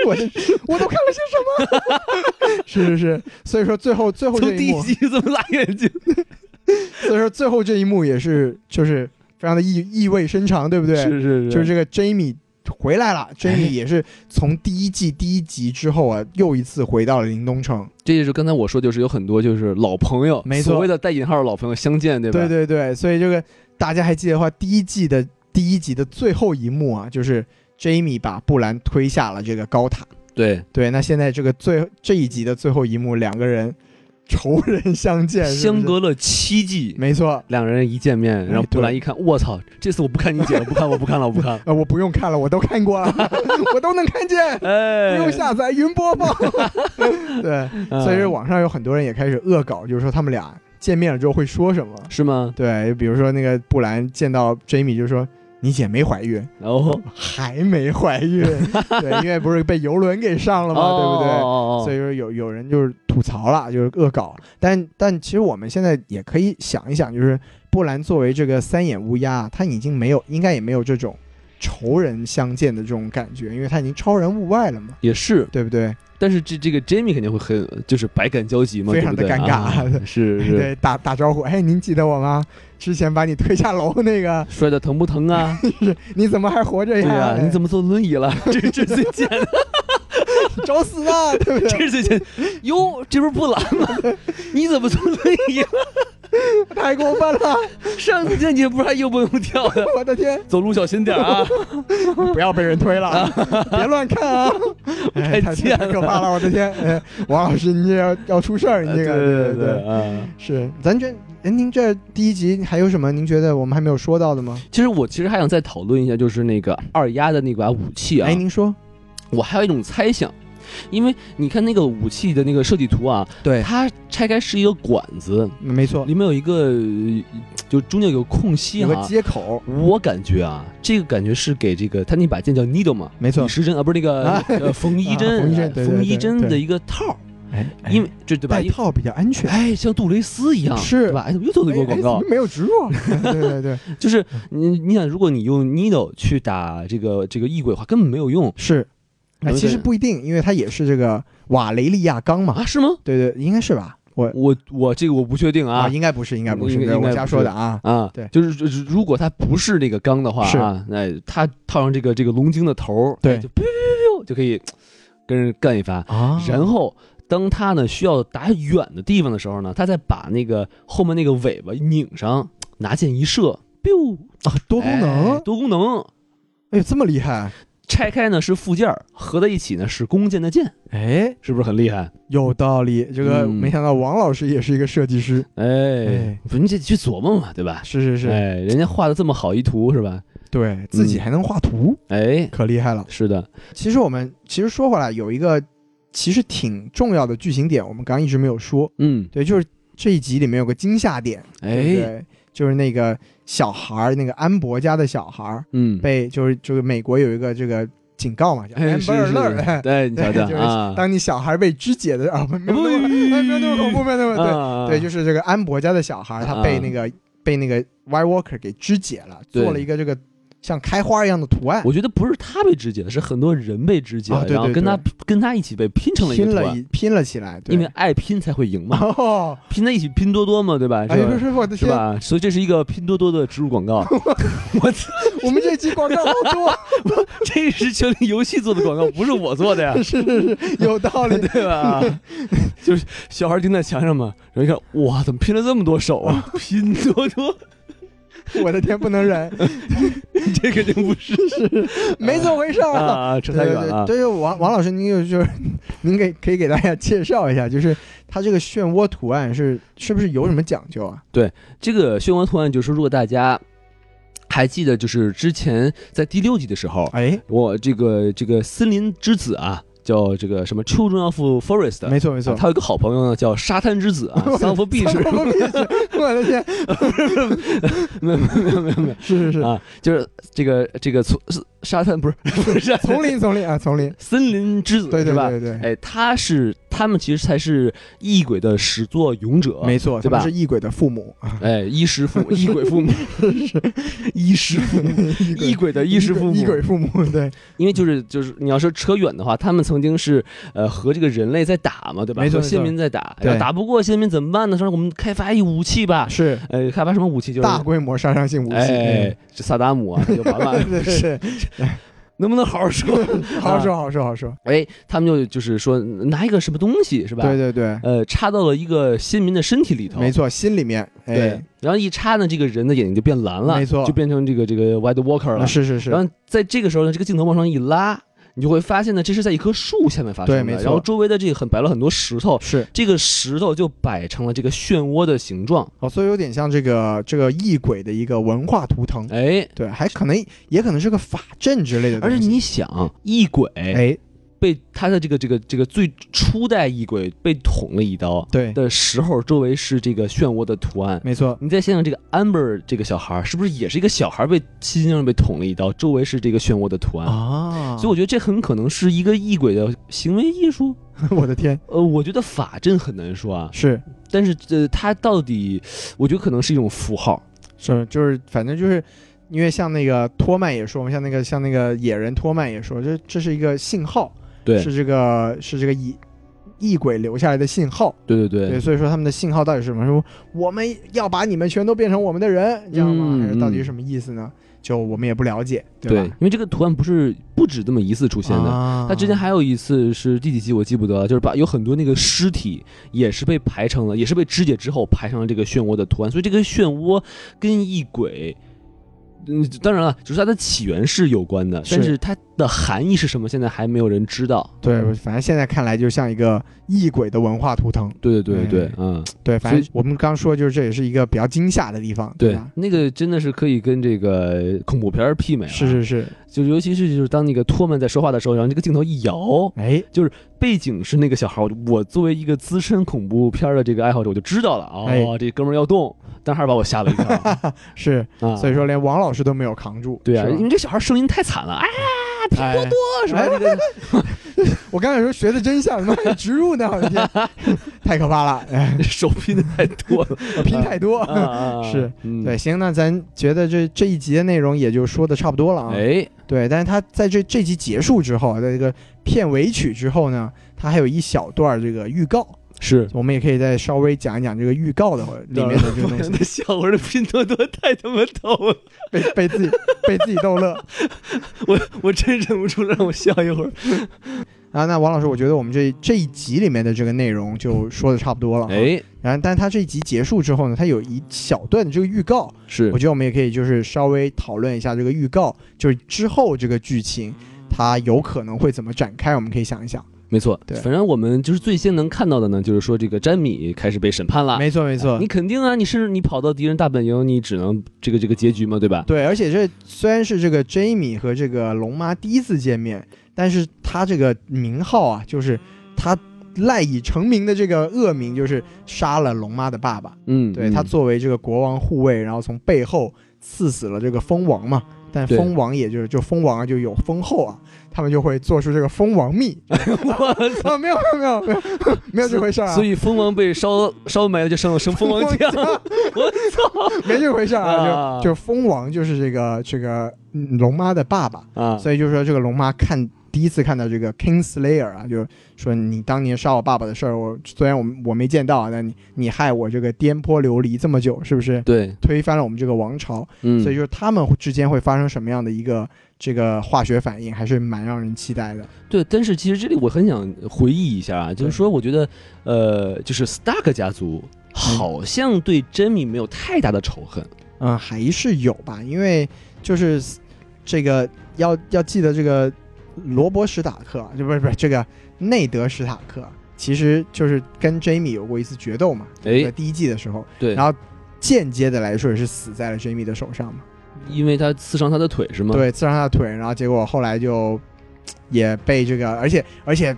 Speaker 1: 我这我都看了些 什么？是是是，所以说最后最后
Speaker 2: 从
Speaker 1: 这
Speaker 2: 第
Speaker 1: 一
Speaker 2: 一
Speaker 1: 幕，
Speaker 2: 集这么大眼睛，
Speaker 1: 所以说最后这一幕也是就是非常的意意味深长，对不对？
Speaker 2: 是是是，
Speaker 1: 就是哎这个 Jamie 回来了，Jamie 也是从第一季第一集之后啊，又一次回到了林东城。
Speaker 2: 这就是刚才我说，就是有很多就是老朋友，
Speaker 1: 没错
Speaker 2: 所谓的带引号的老朋友相见，对吧？
Speaker 1: 对对对，所以这个大家还记得的话，第一季的第一集的最后一幕啊，就是 Jamie 把布兰推下了这个高塔。
Speaker 2: 对
Speaker 1: 对，那现在这个最这一集的最后一幕，两个人仇人相见，是不是
Speaker 2: 相隔了七季，
Speaker 1: 没错。
Speaker 2: 两人一见面，然后
Speaker 1: 对
Speaker 2: 布兰一看，我操，这次我不看你姐了，不看我不看了，我不看了，
Speaker 1: 呃，我不用看了，我都看过了，我都能看见， 不
Speaker 2: 哎，
Speaker 1: 用下载云播 放。对，
Speaker 2: 啊，
Speaker 1: 所以说网上有很多人也开始恶搞，就是说他们俩见面了之后会说什么。
Speaker 2: 是吗？
Speaker 1: 对，比如说那个布兰见到 Jamie 就说：“你姐没怀孕，
Speaker 2: 然后
Speaker 1: 还没怀 孕。”对，因为不是被游轮给上了吗？对不对？
Speaker 2: 哦
Speaker 1: 所以说有有人就是吐槽了，就是恶搞。但但其实我们现在也可以想一想，就是布兰作为这个三眼乌鸦，他已经没有，应该也没有这种仇人相见的这种感觉，因为他已经超人物外了嘛，
Speaker 2: 也是，
Speaker 1: 对不对？
Speaker 2: 但是这这个 Jamie 肯定会很就是百感交集嘛，
Speaker 1: 非常的
Speaker 2: 对不对
Speaker 1: 尴尬
Speaker 2: 啊是是，
Speaker 1: 对，打打招呼，哎，您记得我吗？之前把你推下楼那个，
Speaker 2: 摔的疼不 疼啊？
Speaker 1: 你怎么还活着
Speaker 2: 对
Speaker 1: 呀？
Speaker 2: 呀，你怎
Speaker 1: 么
Speaker 2: 么坐轮椅了？ 这这最贱的，
Speaker 1: 找死了？对啊不 对？
Speaker 2: 这是最贱的。哟，这不是布兰吗？ 你怎么坐轮椅了？
Speaker 1: 太过分了！
Speaker 2: 上次见你不是还又蹦又跳的，
Speaker 1: 我的天，
Speaker 2: 走路小心点啊！
Speaker 1: 不要被人推了， 啊！别乱看啊！哎，太
Speaker 2: 太贱
Speaker 1: 太可怕了，我的天！哎，王老师，你这要要出事儿，你这个
Speaker 2: 对
Speaker 1: 对
Speaker 2: 对，啊！
Speaker 1: 是。咱这，哎，您这第一集还有什么您觉得我们还没有说到的吗？
Speaker 2: 其实我其实还想再讨论一下，就是那个二丫的那把武器啊
Speaker 1: 哎，，您说，
Speaker 2: 我还有一种猜想，因为你看那个武器的那个设计图啊，
Speaker 1: 对，
Speaker 2: 它拆开是一个管子，
Speaker 1: 嗯没错，
Speaker 2: 里面有一个呃就中间有个空隙
Speaker 1: 有个
Speaker 2: 哈。
Speaker 1: 接口，
Speaker 2: 我感觉啊，这个感觉是给这个他那把剑叫 needle 嘛，
Speaker 1: 没错
Speaker 2: 李时珍啊，不是 那个
Speaker 1: 啊
Speaker 2: 呃缝衣
Speaker 1: 啊
Speaker 2: 针，
Speaker 1: 缝衣针对对
Speaker 2: 缝衣
Speaker 1: 对
Speaker 2: 针
Speaker 1: 对
Speaker 2: 的一个套儿，
Speaker 1: 哎，
Speaker 2: 因为这对吧？
Speaker 1: 外
Speaker 2: 因为
Speaker 1: 套比较安全。
Speaker 2: 哎，像杜蕾斯一样，
Speaker 1: 是
Speaker 2: 对吧？哎，怎么又 做了一波广
Speaker 1: 哎
Speaker 2: 告
Speaker 1: 哎怎么？没有植入啊， 对对对，
Speaker 2: 就是你你想，如果你用 needle 去打这个这个异鬼的话，根本没有用
Speaker 1: 是。哎，
Speaker 2: 有
Speaker 1: 其实
Speaker 2: 点
Speaker 1: 不一定，因为它也是这个瓦雷利亚钢嘛。
Speaker 2: 啊？是吗？
Speaker 1: 对对，应该是吧？我
Speaker 2: 我我这个我不确定啊
Speaker 1: 应该不是，应该不是，
Speaker 2: 应该
Speaker 1: 对我
Speaker 2: 应该
Speaker 1: 瞎
Speaker 2: 不
Speaker 1: 说
Speaker 2: 是
Speaker 1: 的啊。
Speaker 2: 啊，
Speaker 1: 对
Speaker 2: 就是如如果它不是那个钢的话
Speaker 1: 是
Speaker 2: 啊，那它套上这个这个龙晶的头儿，
Speaker 1: 对
Speaker 2: 哎就 biu biu biu biu 就可以跟人干一发。
Speaker 1: 啊
Speaker 2: 然后当他呢需要打远的地方的时候呢，他再把那个后面那个尾巴拧上，拿箭一射，biu，
Speaker 1: 啊，多功能
Speaker 2: 哎，多功能。
Speaker 1: 哎呦，这么厉害！
Speaker 2: 拆开呢是附件儿，合在一起呢是弓箭的箭，
Speaker 1: 哎，
Speaker 2: 是不是很厉害？
Speaker 1: 有道理。这个
Speaker 2: 嗯
Speaker 1: 没想到王老师也是一个设计师。
Speaker 2: 哎
Speaker 1: 哎，
Speaker 2: 不，你得去琢磨嘛，对吧？
Speaker 1: 是是是，
Speaker 2: 哎，人家画的这么好一图是吧？
Speaker 1: 对自己还能画图，
Speaker 2: 哎，
Speaker 1: 可厉害了。
Speaker 2: 是的，
Speaker 1: 其实我们其实说回来，有一个其实挺重要的剧情点，我们刚刚一直没有说。
Speaker 2: 嗯，
Speaker 1: 对，就是这一集里面有个惊吓点，对不
Speaker 2: 哎，
Speaker 1: 对？就是那个小孩儿，那个安博家的小孩儿
Speaker 2: 嗯，
Speaker 1: 被就是就是美国有一个这个警告嘛，叫
Speaker 2: 哎，是
Speaker 1: Amber
Speaker 2: 是
Speaker 1: Alert
Speaker 2: 是，。对你瞧
Speaker 1: 对，
Speaker 2: 瞧
Speaker 1: 就是
Speaker 2: 啊，
Speaker 1: 当你小孩被肢解的啊，不没有那么，
Speaker 2: 哎
Speaker 1: 哎，没有那么恐怖，没有那么对，
Speaker 2: 啊
Speaker 1: 对，就是这个安博家的小孩，他被那个、被那个 Y Walker 给肢解了，
Speaker 2: 对
Speaker 1: 做了一个这个像开花一样的图案，
Speaker 2: 我觉得不是他被肢解的，是很多人被肢解
Speaker 1: 啊
Speaker 2: 了，
Speaker 1: 对对
Speaker 2: 然后跟他跟他一起被拼成了一个
Speaker 1: 拼
Speaker 2: 图
Speaker 1: 了
Speaker 2: 案，
Speaker 1: 一拼了起来，对
Speaker 2: 因为爱拼才会赢嘛，
Speaker 1: 哦，
Speaker 2: 拼在一起拼多多嘛，对吧？
Speaker 1: 哎
Speaker 2: 是
Speaker 1: 呦，
Speaker 2: 吧？
Speaker 1: 是我的
Speaker 2: 是
Speaker 1: 天，
Speaker 2: 吧？所以这是一个拼多多的植入广告， 我操，
Speaker 1: 我们这期广告好多，
Speaker 2: 这是权力游戏做的广告，不是我做的呀，
Speaker 1: 是是是，有道理。
Speaker 2: 对吧？ 就是小孩钉在墙上嘛，然后一看，哇，怎么拼了这么多手啊？ 拼多多，
Speaker 1: 我的天，不能忍，
Speaker 2: 嗯这肯定不是
Speaker 1: 没这么回事儿啊。
Speaker 2: 啊，扯
Speaker 1: 对
Speaker 2: 太
Speaker 1: 对
Speaker 2: 远
Speaker 1: 对，
Speaker 2: 了。
Speaker 1: 对对王王老师，您有就是，您给可以给大家介绍一下，就是它这个漩涡图案是是不是有什么讲究啊？
Speaker 2: 这个漩涡图案就是，如果大家还记得，就是之前在第六集的时候，
Speaker 1: 哎，
Speaker 2: 我这个这个森林之子啊，叫这个什么 Children of Forest，
Speaker 1: 没错没错
Speaker 2: 啊，他有一个好朋友呢，叫沙滩之子啊 ，Son of Beach，
Speaker 1: 我的 天我的天，
Speaker 2: 没有没有没有没有没
Speaker 1: 是是
Speaker 2: 有
Speaker 1: 是，
Speaker 2: 啊，就是这个这个从是沙滩不是 不是
Speaker 1: 丛林丛林啊丛林，
Speaker 2: 森林之子
Speaker 1: 对对
Speaker 2: 是吧？
Speaker 1: 对对，
Speaker 2: 哎，他是他们其实才是异鬼的始作俑者，
Speaker 1: 没错，
Speaker 2: 对
Speaker 1: 他们
Speaker 2: 吧
Speaker 1: 是异鬼的父母，
Speaker 2: 哎，衣食父母， 异鬼 父母，衣食父母， 异
Speaker 1: 异
Speaker 2: 鬼的衣食父母，
Speaker 1: 异鬼父母，对，
Speaker 2: 因为就是就是你要说扯远的话，他们曾经是呃和这个人类在打嘛，对吧？
Speaker 1: 没错
Speaker 2: 和先民在打，
Speaker 1: 没错
Speaker 2: 然后打不过先民怎么办呢？说我们开发一武器吧，
Speaker 1: 是
Speaker 2: 呃，开发什么武器？就是
Speaker 1: 大规模杀伤性武器，
Speaker 2: 哎，这萨达姆啊，那就完
Speaker 1: 嗯
Speaker 2: 了，
Speaker 1: 对对
Speaker 2: 能不能好好说？
Speaker 1: 对，好好说好好说好好说，
Speaker 2: 哎，他们就就是说拿一个什么东西是吧？
Speaker 1: 对对对，
Speaker 2: 呃，插到了一个先民的身体里头，
Speaker 1: 没错，心里面，
Speaker 2: 对
Speaker 1: 哎，，
Speaker 2: 然后一插呢，这个人的眼睛就变蓝了，
Speaker 1: 没错
Speaker 2: 就变成这个这个 White Walker 了。
Speaker 1: 啊是是是，
Speaker 2: 然后在这个时候呢，这个镜头往上一拉，你就会发现呢，这是在一棵树下面发生的。
Speaker 1: 对没错
Speaker 2: 然后周围的这个很摆了很多石头，
Speaker 1: 是
Speaker 2: 这个石头就摆成了这个漩涡的形状。
Speaker 1: 哦，所以有点像这个这个异鬼的一个文化图腾，
Speaker 2: 哎，
Speaker 1: 对，还可能也可能是嗯个法阵之类的东
Speaker 2: 而且
Speaker 1: 西，
Speaker 2: 你想，异鬼
Speaker 1: 哎，
Speaker 2: 被他的这个这个这个最初代异鬼被捅了一刀
Speaker 1: 对，
Speaker 2: 的时候，周围是这个漩涡的图案。
Speaker 1: 没错，
Speaker 2: 你再想想这个 Amber 这个小孩儿，是不是也是一个小孩儿被轻轻地被捅了一刀，周围是这个漩涡的图案？
Speaker 1: 啊
Speaker 2: 所以我觉得这很可能是一个异鬼的行为艺术。
Speaker 1: 我的天，
Speaker 2: 呃，我觉得法阵很难说啊，
Speaker 1: 是
Speaker 2: 但是呃，它到底，我觉得可能是一种符号。
Speaker 1: 是就是反正就是。因为像那个托曼也说嘛，像那个像那个野人托曼也说，这这是一个信号，
Speaker 2: 对
Speaker 1: 是这个是这个异异鬼留下来的信号，
Speaker 2: 对对对
Speaker 1: 对，，所以说他们的信号到底是什么？说我们要把你们全都变成我们的人，你知道吗？
Speaker 2: 嗯
Speaker 1: 还是到底是什么意思呢？就我们也不了解，
Speaker 2: 对
Speaker 1: 吧？
Speaker 2: 因为这个图案不是不止这么一次出现的。
Speaker 1: 啊
Speaker 2: 它之前还有一次是第几集我记不得了，就是把有很多那个尸体也是被排成了，也是被肢解之后排成了这个漩涡的图案，所以这个漩涡跟异鬼，嗯，当然了，就是它的起源是有关的，但
Speaker 1: 是
Speaker 2: 是它的含义是什么，现在还没有人知道。
Speaker 1: 对，反正现在看来就像一个异鬼的文化图腾。
Speaker 2: 对对对对，
Speaker 1: 哎
Speaker 2: 嗯，
Speaker 1: 对，反
Speaker 2: 所
Speaker 1: 正我们刚说就是这也是一个比较惊吓的地方，
Speaker 2: 对
Speaker 1: 吧，？
Speaker 2: 那个真的是可以跟这个恐怖片儿媲美了，
Speaker 1: 是是是，
Speaker 2: 就尤其是就是当那个托曼在说话的时候，然后这个镜头一摇，
Speaker 1: 哎，
Speaker 2: 背景是那个小孩儿，我作为一个资深恐怖片儿的这个爱好者，我就知道了哦，
Speaker 1: 哎
Speaker 2: 这哥们儿要动，但还是把我吓了一 跳
Speaker 1: 是，
Speaker 2: 啊。
Speaker 1: 所以说连王老师都没有扛住，
Speaker 2: 对啊，
Speaker 1: 是吧
Speaker 2: 因为这小孩儿声音太惨了，哎，
Speaker 1: 哎，
Speaker 2: 呀，什么这个
Speaker 1: 我刚才说学的真像，他妈还植入呢，我的天， 太可怕了，哎，
Speaker 2: 手拼的太多 了，
Speaker 1: 拼太多，
Speaker 2: 啊啊啊
Speaker 1: 是，
Speaker 2: 嗯
Speaker 1: 对，，行，那咱觉得这这一集的内容也就说的差不多了啊。
Speaker 2: 哎，
Speaker 1: 对，但是他在这这集结束之后啊，在这个片尾曲之后呢，他还有一小段这个预告，
Speaker 2: 是。
Speaker 1: 我们也可以再稍微讲一讲这个预告的里面的 这个东西，
Speaker 2: 那小孩儿的拼多多太他妈逗了，
Speaker 1: 被被自己 被自己逗乐
Speaker 2: 我我真忍不住了让我笑 一会儿。
Speaker 1: 啊。那王老师，我觉得我们这这一集里面的这个内容就说的差不多了。，啊
Speaker 2: 哎，
Speaker 1: 然后，但是他这一集结束之后呢，他有一小段的这个预告，
Speaker 2: 是
Speaker 1: 我觉得我们也可以就是稍微讨论一下这个预告，就是之后这个剧情它有可能会怎么展开，我们可以想一想。
Speaker 2: 没错，
Speaker 1: 对
Speaker 2: 反正我们就是最先能看到的呢，就是说这个詹米开始被审判了。
Speaker 1: 没错，没错
Speaker 2: 你。肯定啊，你甚至你跑到敌人大本营，你只能这个这个结局嘛，对吧？
Speaker 1: 对，而且这虽然是这个 Jamie 和这个龙妈第一次见面，但是他这个名号啊，就是他赖以成名的这个恶名，就是杀了龙妈的爸爸。
Speaker 2: 嗯，
Speaker 1: 对
Speaker 2: 嗯
Speaker 1: 他作为这个国王护卫，然后从背后刺死了这个蜂王嘛。但
Speaker 2: 对
Speaker 1: 蜂王也就是就蜂王啊，就有蜂后啊，他们就会做出这个蜂王 蜜。啊，没有没有没有没有没有这回事儿啊，
Speaker 2: 所以蜂王被烧烧没了，就剩了生蜂 王浆。我操
Speaker 1: 没这回事儿啊，
Speaker 2: 啊
Speaker 1: 就就蜂王就是这个这个嗯龙妈的爸爸，
Speaker 2: 啊！
Speaker 1: 所以就说这个龙妈看第一次看到这个 King Slayer 啊，就是说你当年杀我爸爸的事儿，我虽然我我没见到啊，但你你害我这个颠簸流离这么久，是不是
Speaker 2: 对，
Speaker 1: 推翻了我们这个王朝？
Speaker 2: 嗯，
Speaker 1: 所以就是他们之间会发生什么样的一个这个化学反应，还是蛮让人期待的。
Speaker 2: 对，但是其实这里我很想回忆一下
Speaker 1: 嗯
Speaker 2: 啊，就是说，我觉得，呃，就是 Stark 家族好像对珍米没有太大的仇恨。
Speaker 1: 嗯，还是有吧，因为就是这个要要记得这个罗伯·史塔克，就不是不是这个内德·史塔克，其实就是跟 Jamie 有过一次决斗嘛，在
Speaker 2: 哎，
Speaker 1: 第一季的时候，
Speaker 2: 对
Speaker 1: 然，后间接的来说也是死在了 Jamie 的手上嘛，
Speaker 2: 因为他刺伤他的腿是吗？
Speaker 1: 对，刺伤他的腿，然后结果后来就也被这个，而且而且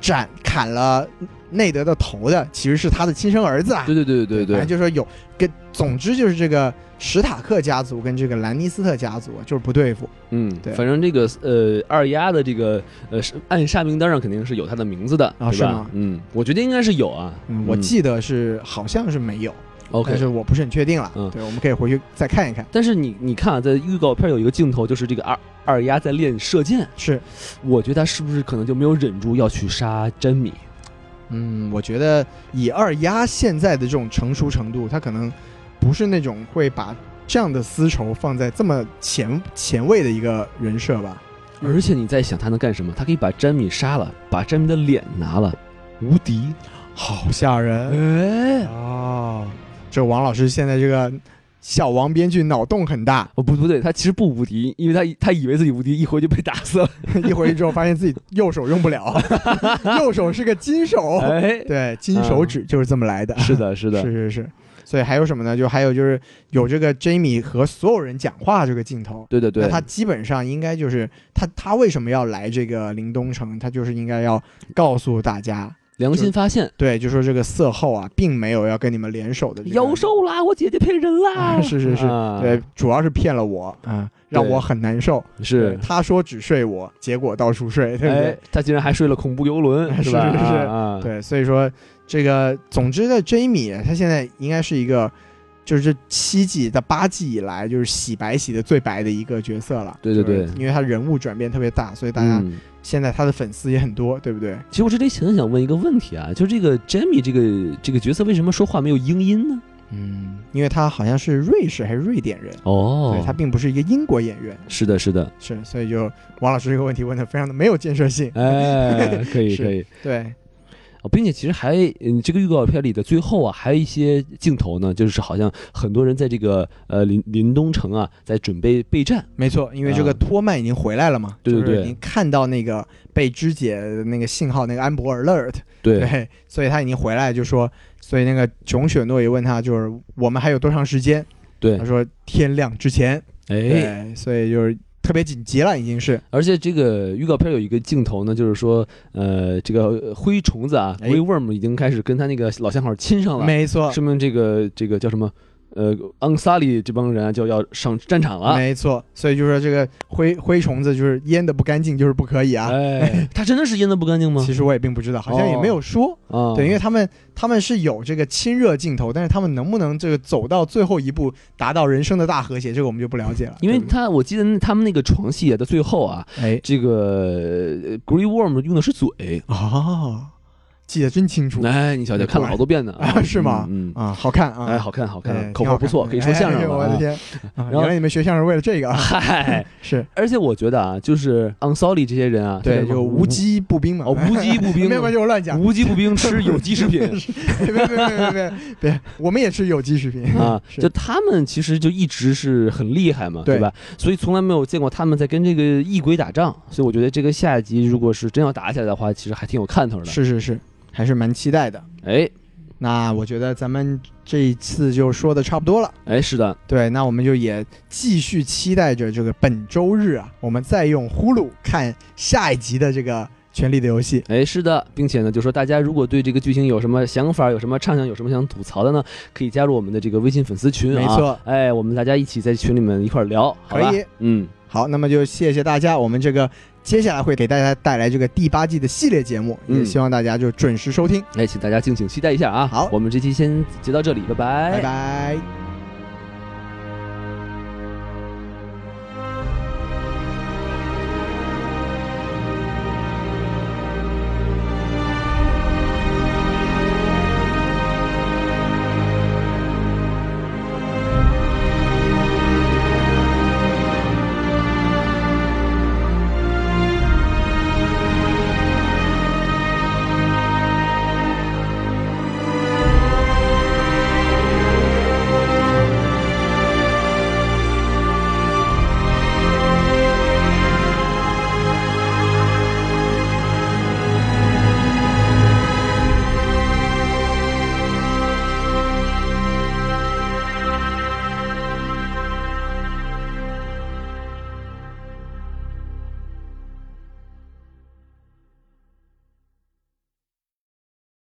Speaker 1: 斩砍了内德的头的其实是他的亲生儿子啊。
Speaker 2: 对对对对对
Speaker 1: 反正
Speaker 2: 对，
Speaker 1: 就说有跟，总之就是这个史塔克家族跟这个兰尼斯特家族就是不对付。
Speaker 2: 嗯，
Speaker 1: 对
Speaker 2: 反正这个呃二丫的这个呃是暗杀名单上肯定是有她的名字的，
Speaker 1: 啊
Speaker 2: 对
Speaker 1: 是
Speaker 2: 吧
Speaker 1: 吗
Speaker 2: 嗯，我觉得应该是有啊，
Speaker 1: 嗯，我记得是好像是没有，但
Speaker 2: OK。
Speaker 1: 是我不是很确定了。
Speaker 2: 嗯
Speaker 1: 对，我们可以回去再看一看。
Speaker 2: 但是你你看啊，在预告片有一个镜头，就是这个二二丫在练射箭，
Speaker 1: 是，
Speaker 2: 我觉得她是不是可能就没有忍住要去杀詹米？
Speaker 1: 嗯，我觉得以二丫现在的这种成熟程度，她可能不是那种会把这样的丝绸放在这么前前卫的一个人设吧。嗯
Speaker 2: 而且你在想她能干什么？她可以把詹米杀了，把詹米的脸拿了，无敌。
Speaker 1: 好吓人
Speaker 2: 哎，
Speaker 1: 哦！这王老师现在这个小王编剧脑洞很大，
Speaker 2: 哦不不对，他其实不无敌，因为他他以为自己无敌，一回就被打死了。
Speaker 1: 一回去之后发现自己右手用不 了，右手是个金手，
Speaker 2: 哎，
Speaker 1: 对，金手指就是这么来的。
Speaker 2: 是的，是的，
Speaker 1: 哦是是是。所以还有什么呢？就还有就是有这个 Jamie 和所有人讲话这个镜头。
Speaker 2: 对对对
Speaker 1: 那。他基本上应该就是他他为什么要来这个林东城？他就是应该要告诉大家，
Speaker 2: 良心发现，
Speaker 1: 对，就说这个色后啊，并没有要跟你们联手的、这个。
Speaker 2: 妖兽啦，我姐姐骗人啦。
Speaker 1: 啊是是是
Speaker 2: 啊
Speaker 1: 对，，主要是骗了我啊，让
Speaker 2: 对
Speaker 1: 我很难受。对
Speaker 2: 是。
Speaker 1: 他说只睡我，结果到处睡，对不对？
Speaker 2: 哎，他竟然还睡了恐怖游轮，
Speaker 1: 是
Speaker 2: 吧？
Speaker 1: 是是
Speaker 2: 啊啊，
Speaker 1: 对，所以说这个，总之呢，Jamie 他现在应该是一个，就是这七季到八季以来，就是洗白洗的最白的一个角色了。
Speaker 2: 对对对
Speaker 1: 就是因为他人物转变特别大，所以大家
Speaker 2: 嗯，
Speaker 1: 现在他的粉丝也很多，对不对？
Speaker 2: 其实我之前很想问一个问题啊，就这个 Jamie 这个这个角色为什么说话没有英音呢？
Speaker 1: 嗯，因为他好像是瑞士还是瑞典人，
Speaker 2: 哦
Speaker 1: 对，他并不是一个英国演员，
Speaker 2: 是的，是的，
Speaker 1: 是，所以就王老师这个问题问的非常的没有建设 性。
Speaker 2: 哎，可以
Speaker 1: 是
Speaker 2: 可以，
Speaker 1: 对，
Speaker 2: 哦并且其实还，嗯，这个预告片里的最后啊，还有一些镜头呢，就是好像很多人在这个呃林林东城啊，在准备备战，
Speaker 1: 没错，因为这个
Speaker 2: 啊
Speaker 1: 托曼已经回来了嘛，
Speaker 2: 对对
Speaker 1: 就是
Speaker 2: 对
Speaker 1: 已经看到那个被肢解的那个信号，那个安博 alert，
Speaker 2: 对
Speaker 1: 对，所以他已经回来，就说，所以那个囧雪诺也问他，就是我们还有多长时间？
Speaker 2: 对
Speaker 1: 他，说天亮之前。
Speaker 2: 哎，
Speaker 1: 对，所以就是特别紧急了，已经是。
Speaker 2: 而且这个预告片有一个镜头呢，就是说，呃，这个灰虫子啊，
Speaker 1: 哎
Speaker 2: 灰 worm 已经开始跟他那个老相好亲上了，
Speaker 1: 没错，
Speaker 2: 说明这个这个叫什么，呃，昂萨里这帮人啊就要上战场了，
Speaker 1: 没错。所以就说这个灰灰虫子就是腌的不干净，就是不可以啊。
Speaker 2: 哎，他真的是腌的不干净吗？
Speaker 1: 其实我也并不知道，好像也没有说。
Speaker 2: 啊，
Speaker 1: 对，因为他们他们是有这个亲热镜头，但是他们能不能这个走到最后一步，达到人生的大和谐，这个我们就不了解了。
Speaker 2: 因为
Speaker 1: 对不对
Speaker 2: 他我记得那他们那个床戏啊的最后啊，
Speaker 1: 哎
Speaker 2: 这个 Green Worm 用的是嘴。
Speaker 1: 哦，记得真清楚
Speaker 2: 哎，你瞧瞧，看了好多遍呢，
Speaker 1: 啊是吗
Speaker 2: 嗯，嗯
Speaker 1: 啊，好看啊，
Speaker 2: 哎，好看，好
Speaker 1: 哎
Speaker 2: 看，口活不错，可以说相声
Speaker 1: 哎哎我的
Speaker 2: 了。 啊
Speaker 1: 天，啊
Speaker 2: 然后
Speaker 1: 原来你们学相声为了这个啊？
Speaker 2: 嗨，
Speaker 1: 是
Speaker 2: 而且我觉得啊，就是 On Solly 这些人啊，
Speaker 1: 对，
Speaker 2: 他叫
Speaker 1: 就无机步兵嘛。
Speaker 2: 哦，无机 步兵，
Speaker 1: 没有关系，我乱讲。
Speaker 2: 无机步兵吃有机食 品
Speaker 1: 别别别别别别，我们也吃有机食品
Speaker 2: 啊，
Speaker 1: 是
Speaker 2: 就他们其实就一直是很厉害嘛，
Speaker 1: 对
Speaker 2: 对吧？所以从来没有见过他们在跟这个异鬼打仗，所以我觉得这个下一集如果是真要打起来的话，其实还挺有看头的。
Speaker 1: 是是是，还是蛮期待的。
Speaker 2: 哎
Speaker 1: 那我觉得咱们这一次就说的差不多了。
Speaker 2: 哎，是的，
Speaker 1: 对，那我们就也继续期待着这个本周日啊，我们再用呼噜看下一集的这个《权力的游戏》。
Speaker 2: 哎，是的，并且呢，就说大家如果对这个剧情有什么想法、有什么畅想、有什么想吐槽的呢，可以加入我们的这个微信粉丝群啊。
Speaker 1: 没错，
Speaker 2: 哎，我们大家一起在群里面一块儿聊，好吧
Speaker 1: 可以，
Speaker 2: 嗯，
Speaker 1: 好，那么就谢谢大家，我们这个接下来会给大家带来这个第八季的系列节目，也
Speaker 2: 嗯
Speaker 1: 希望大家就准时收听，
Speaker 2: 哎，请大家敬请期待一下啊。
Speaker 1: 好
Speaker 2: 哎我们这期先截到这里，拜拜
Speaker 1: 拜拜。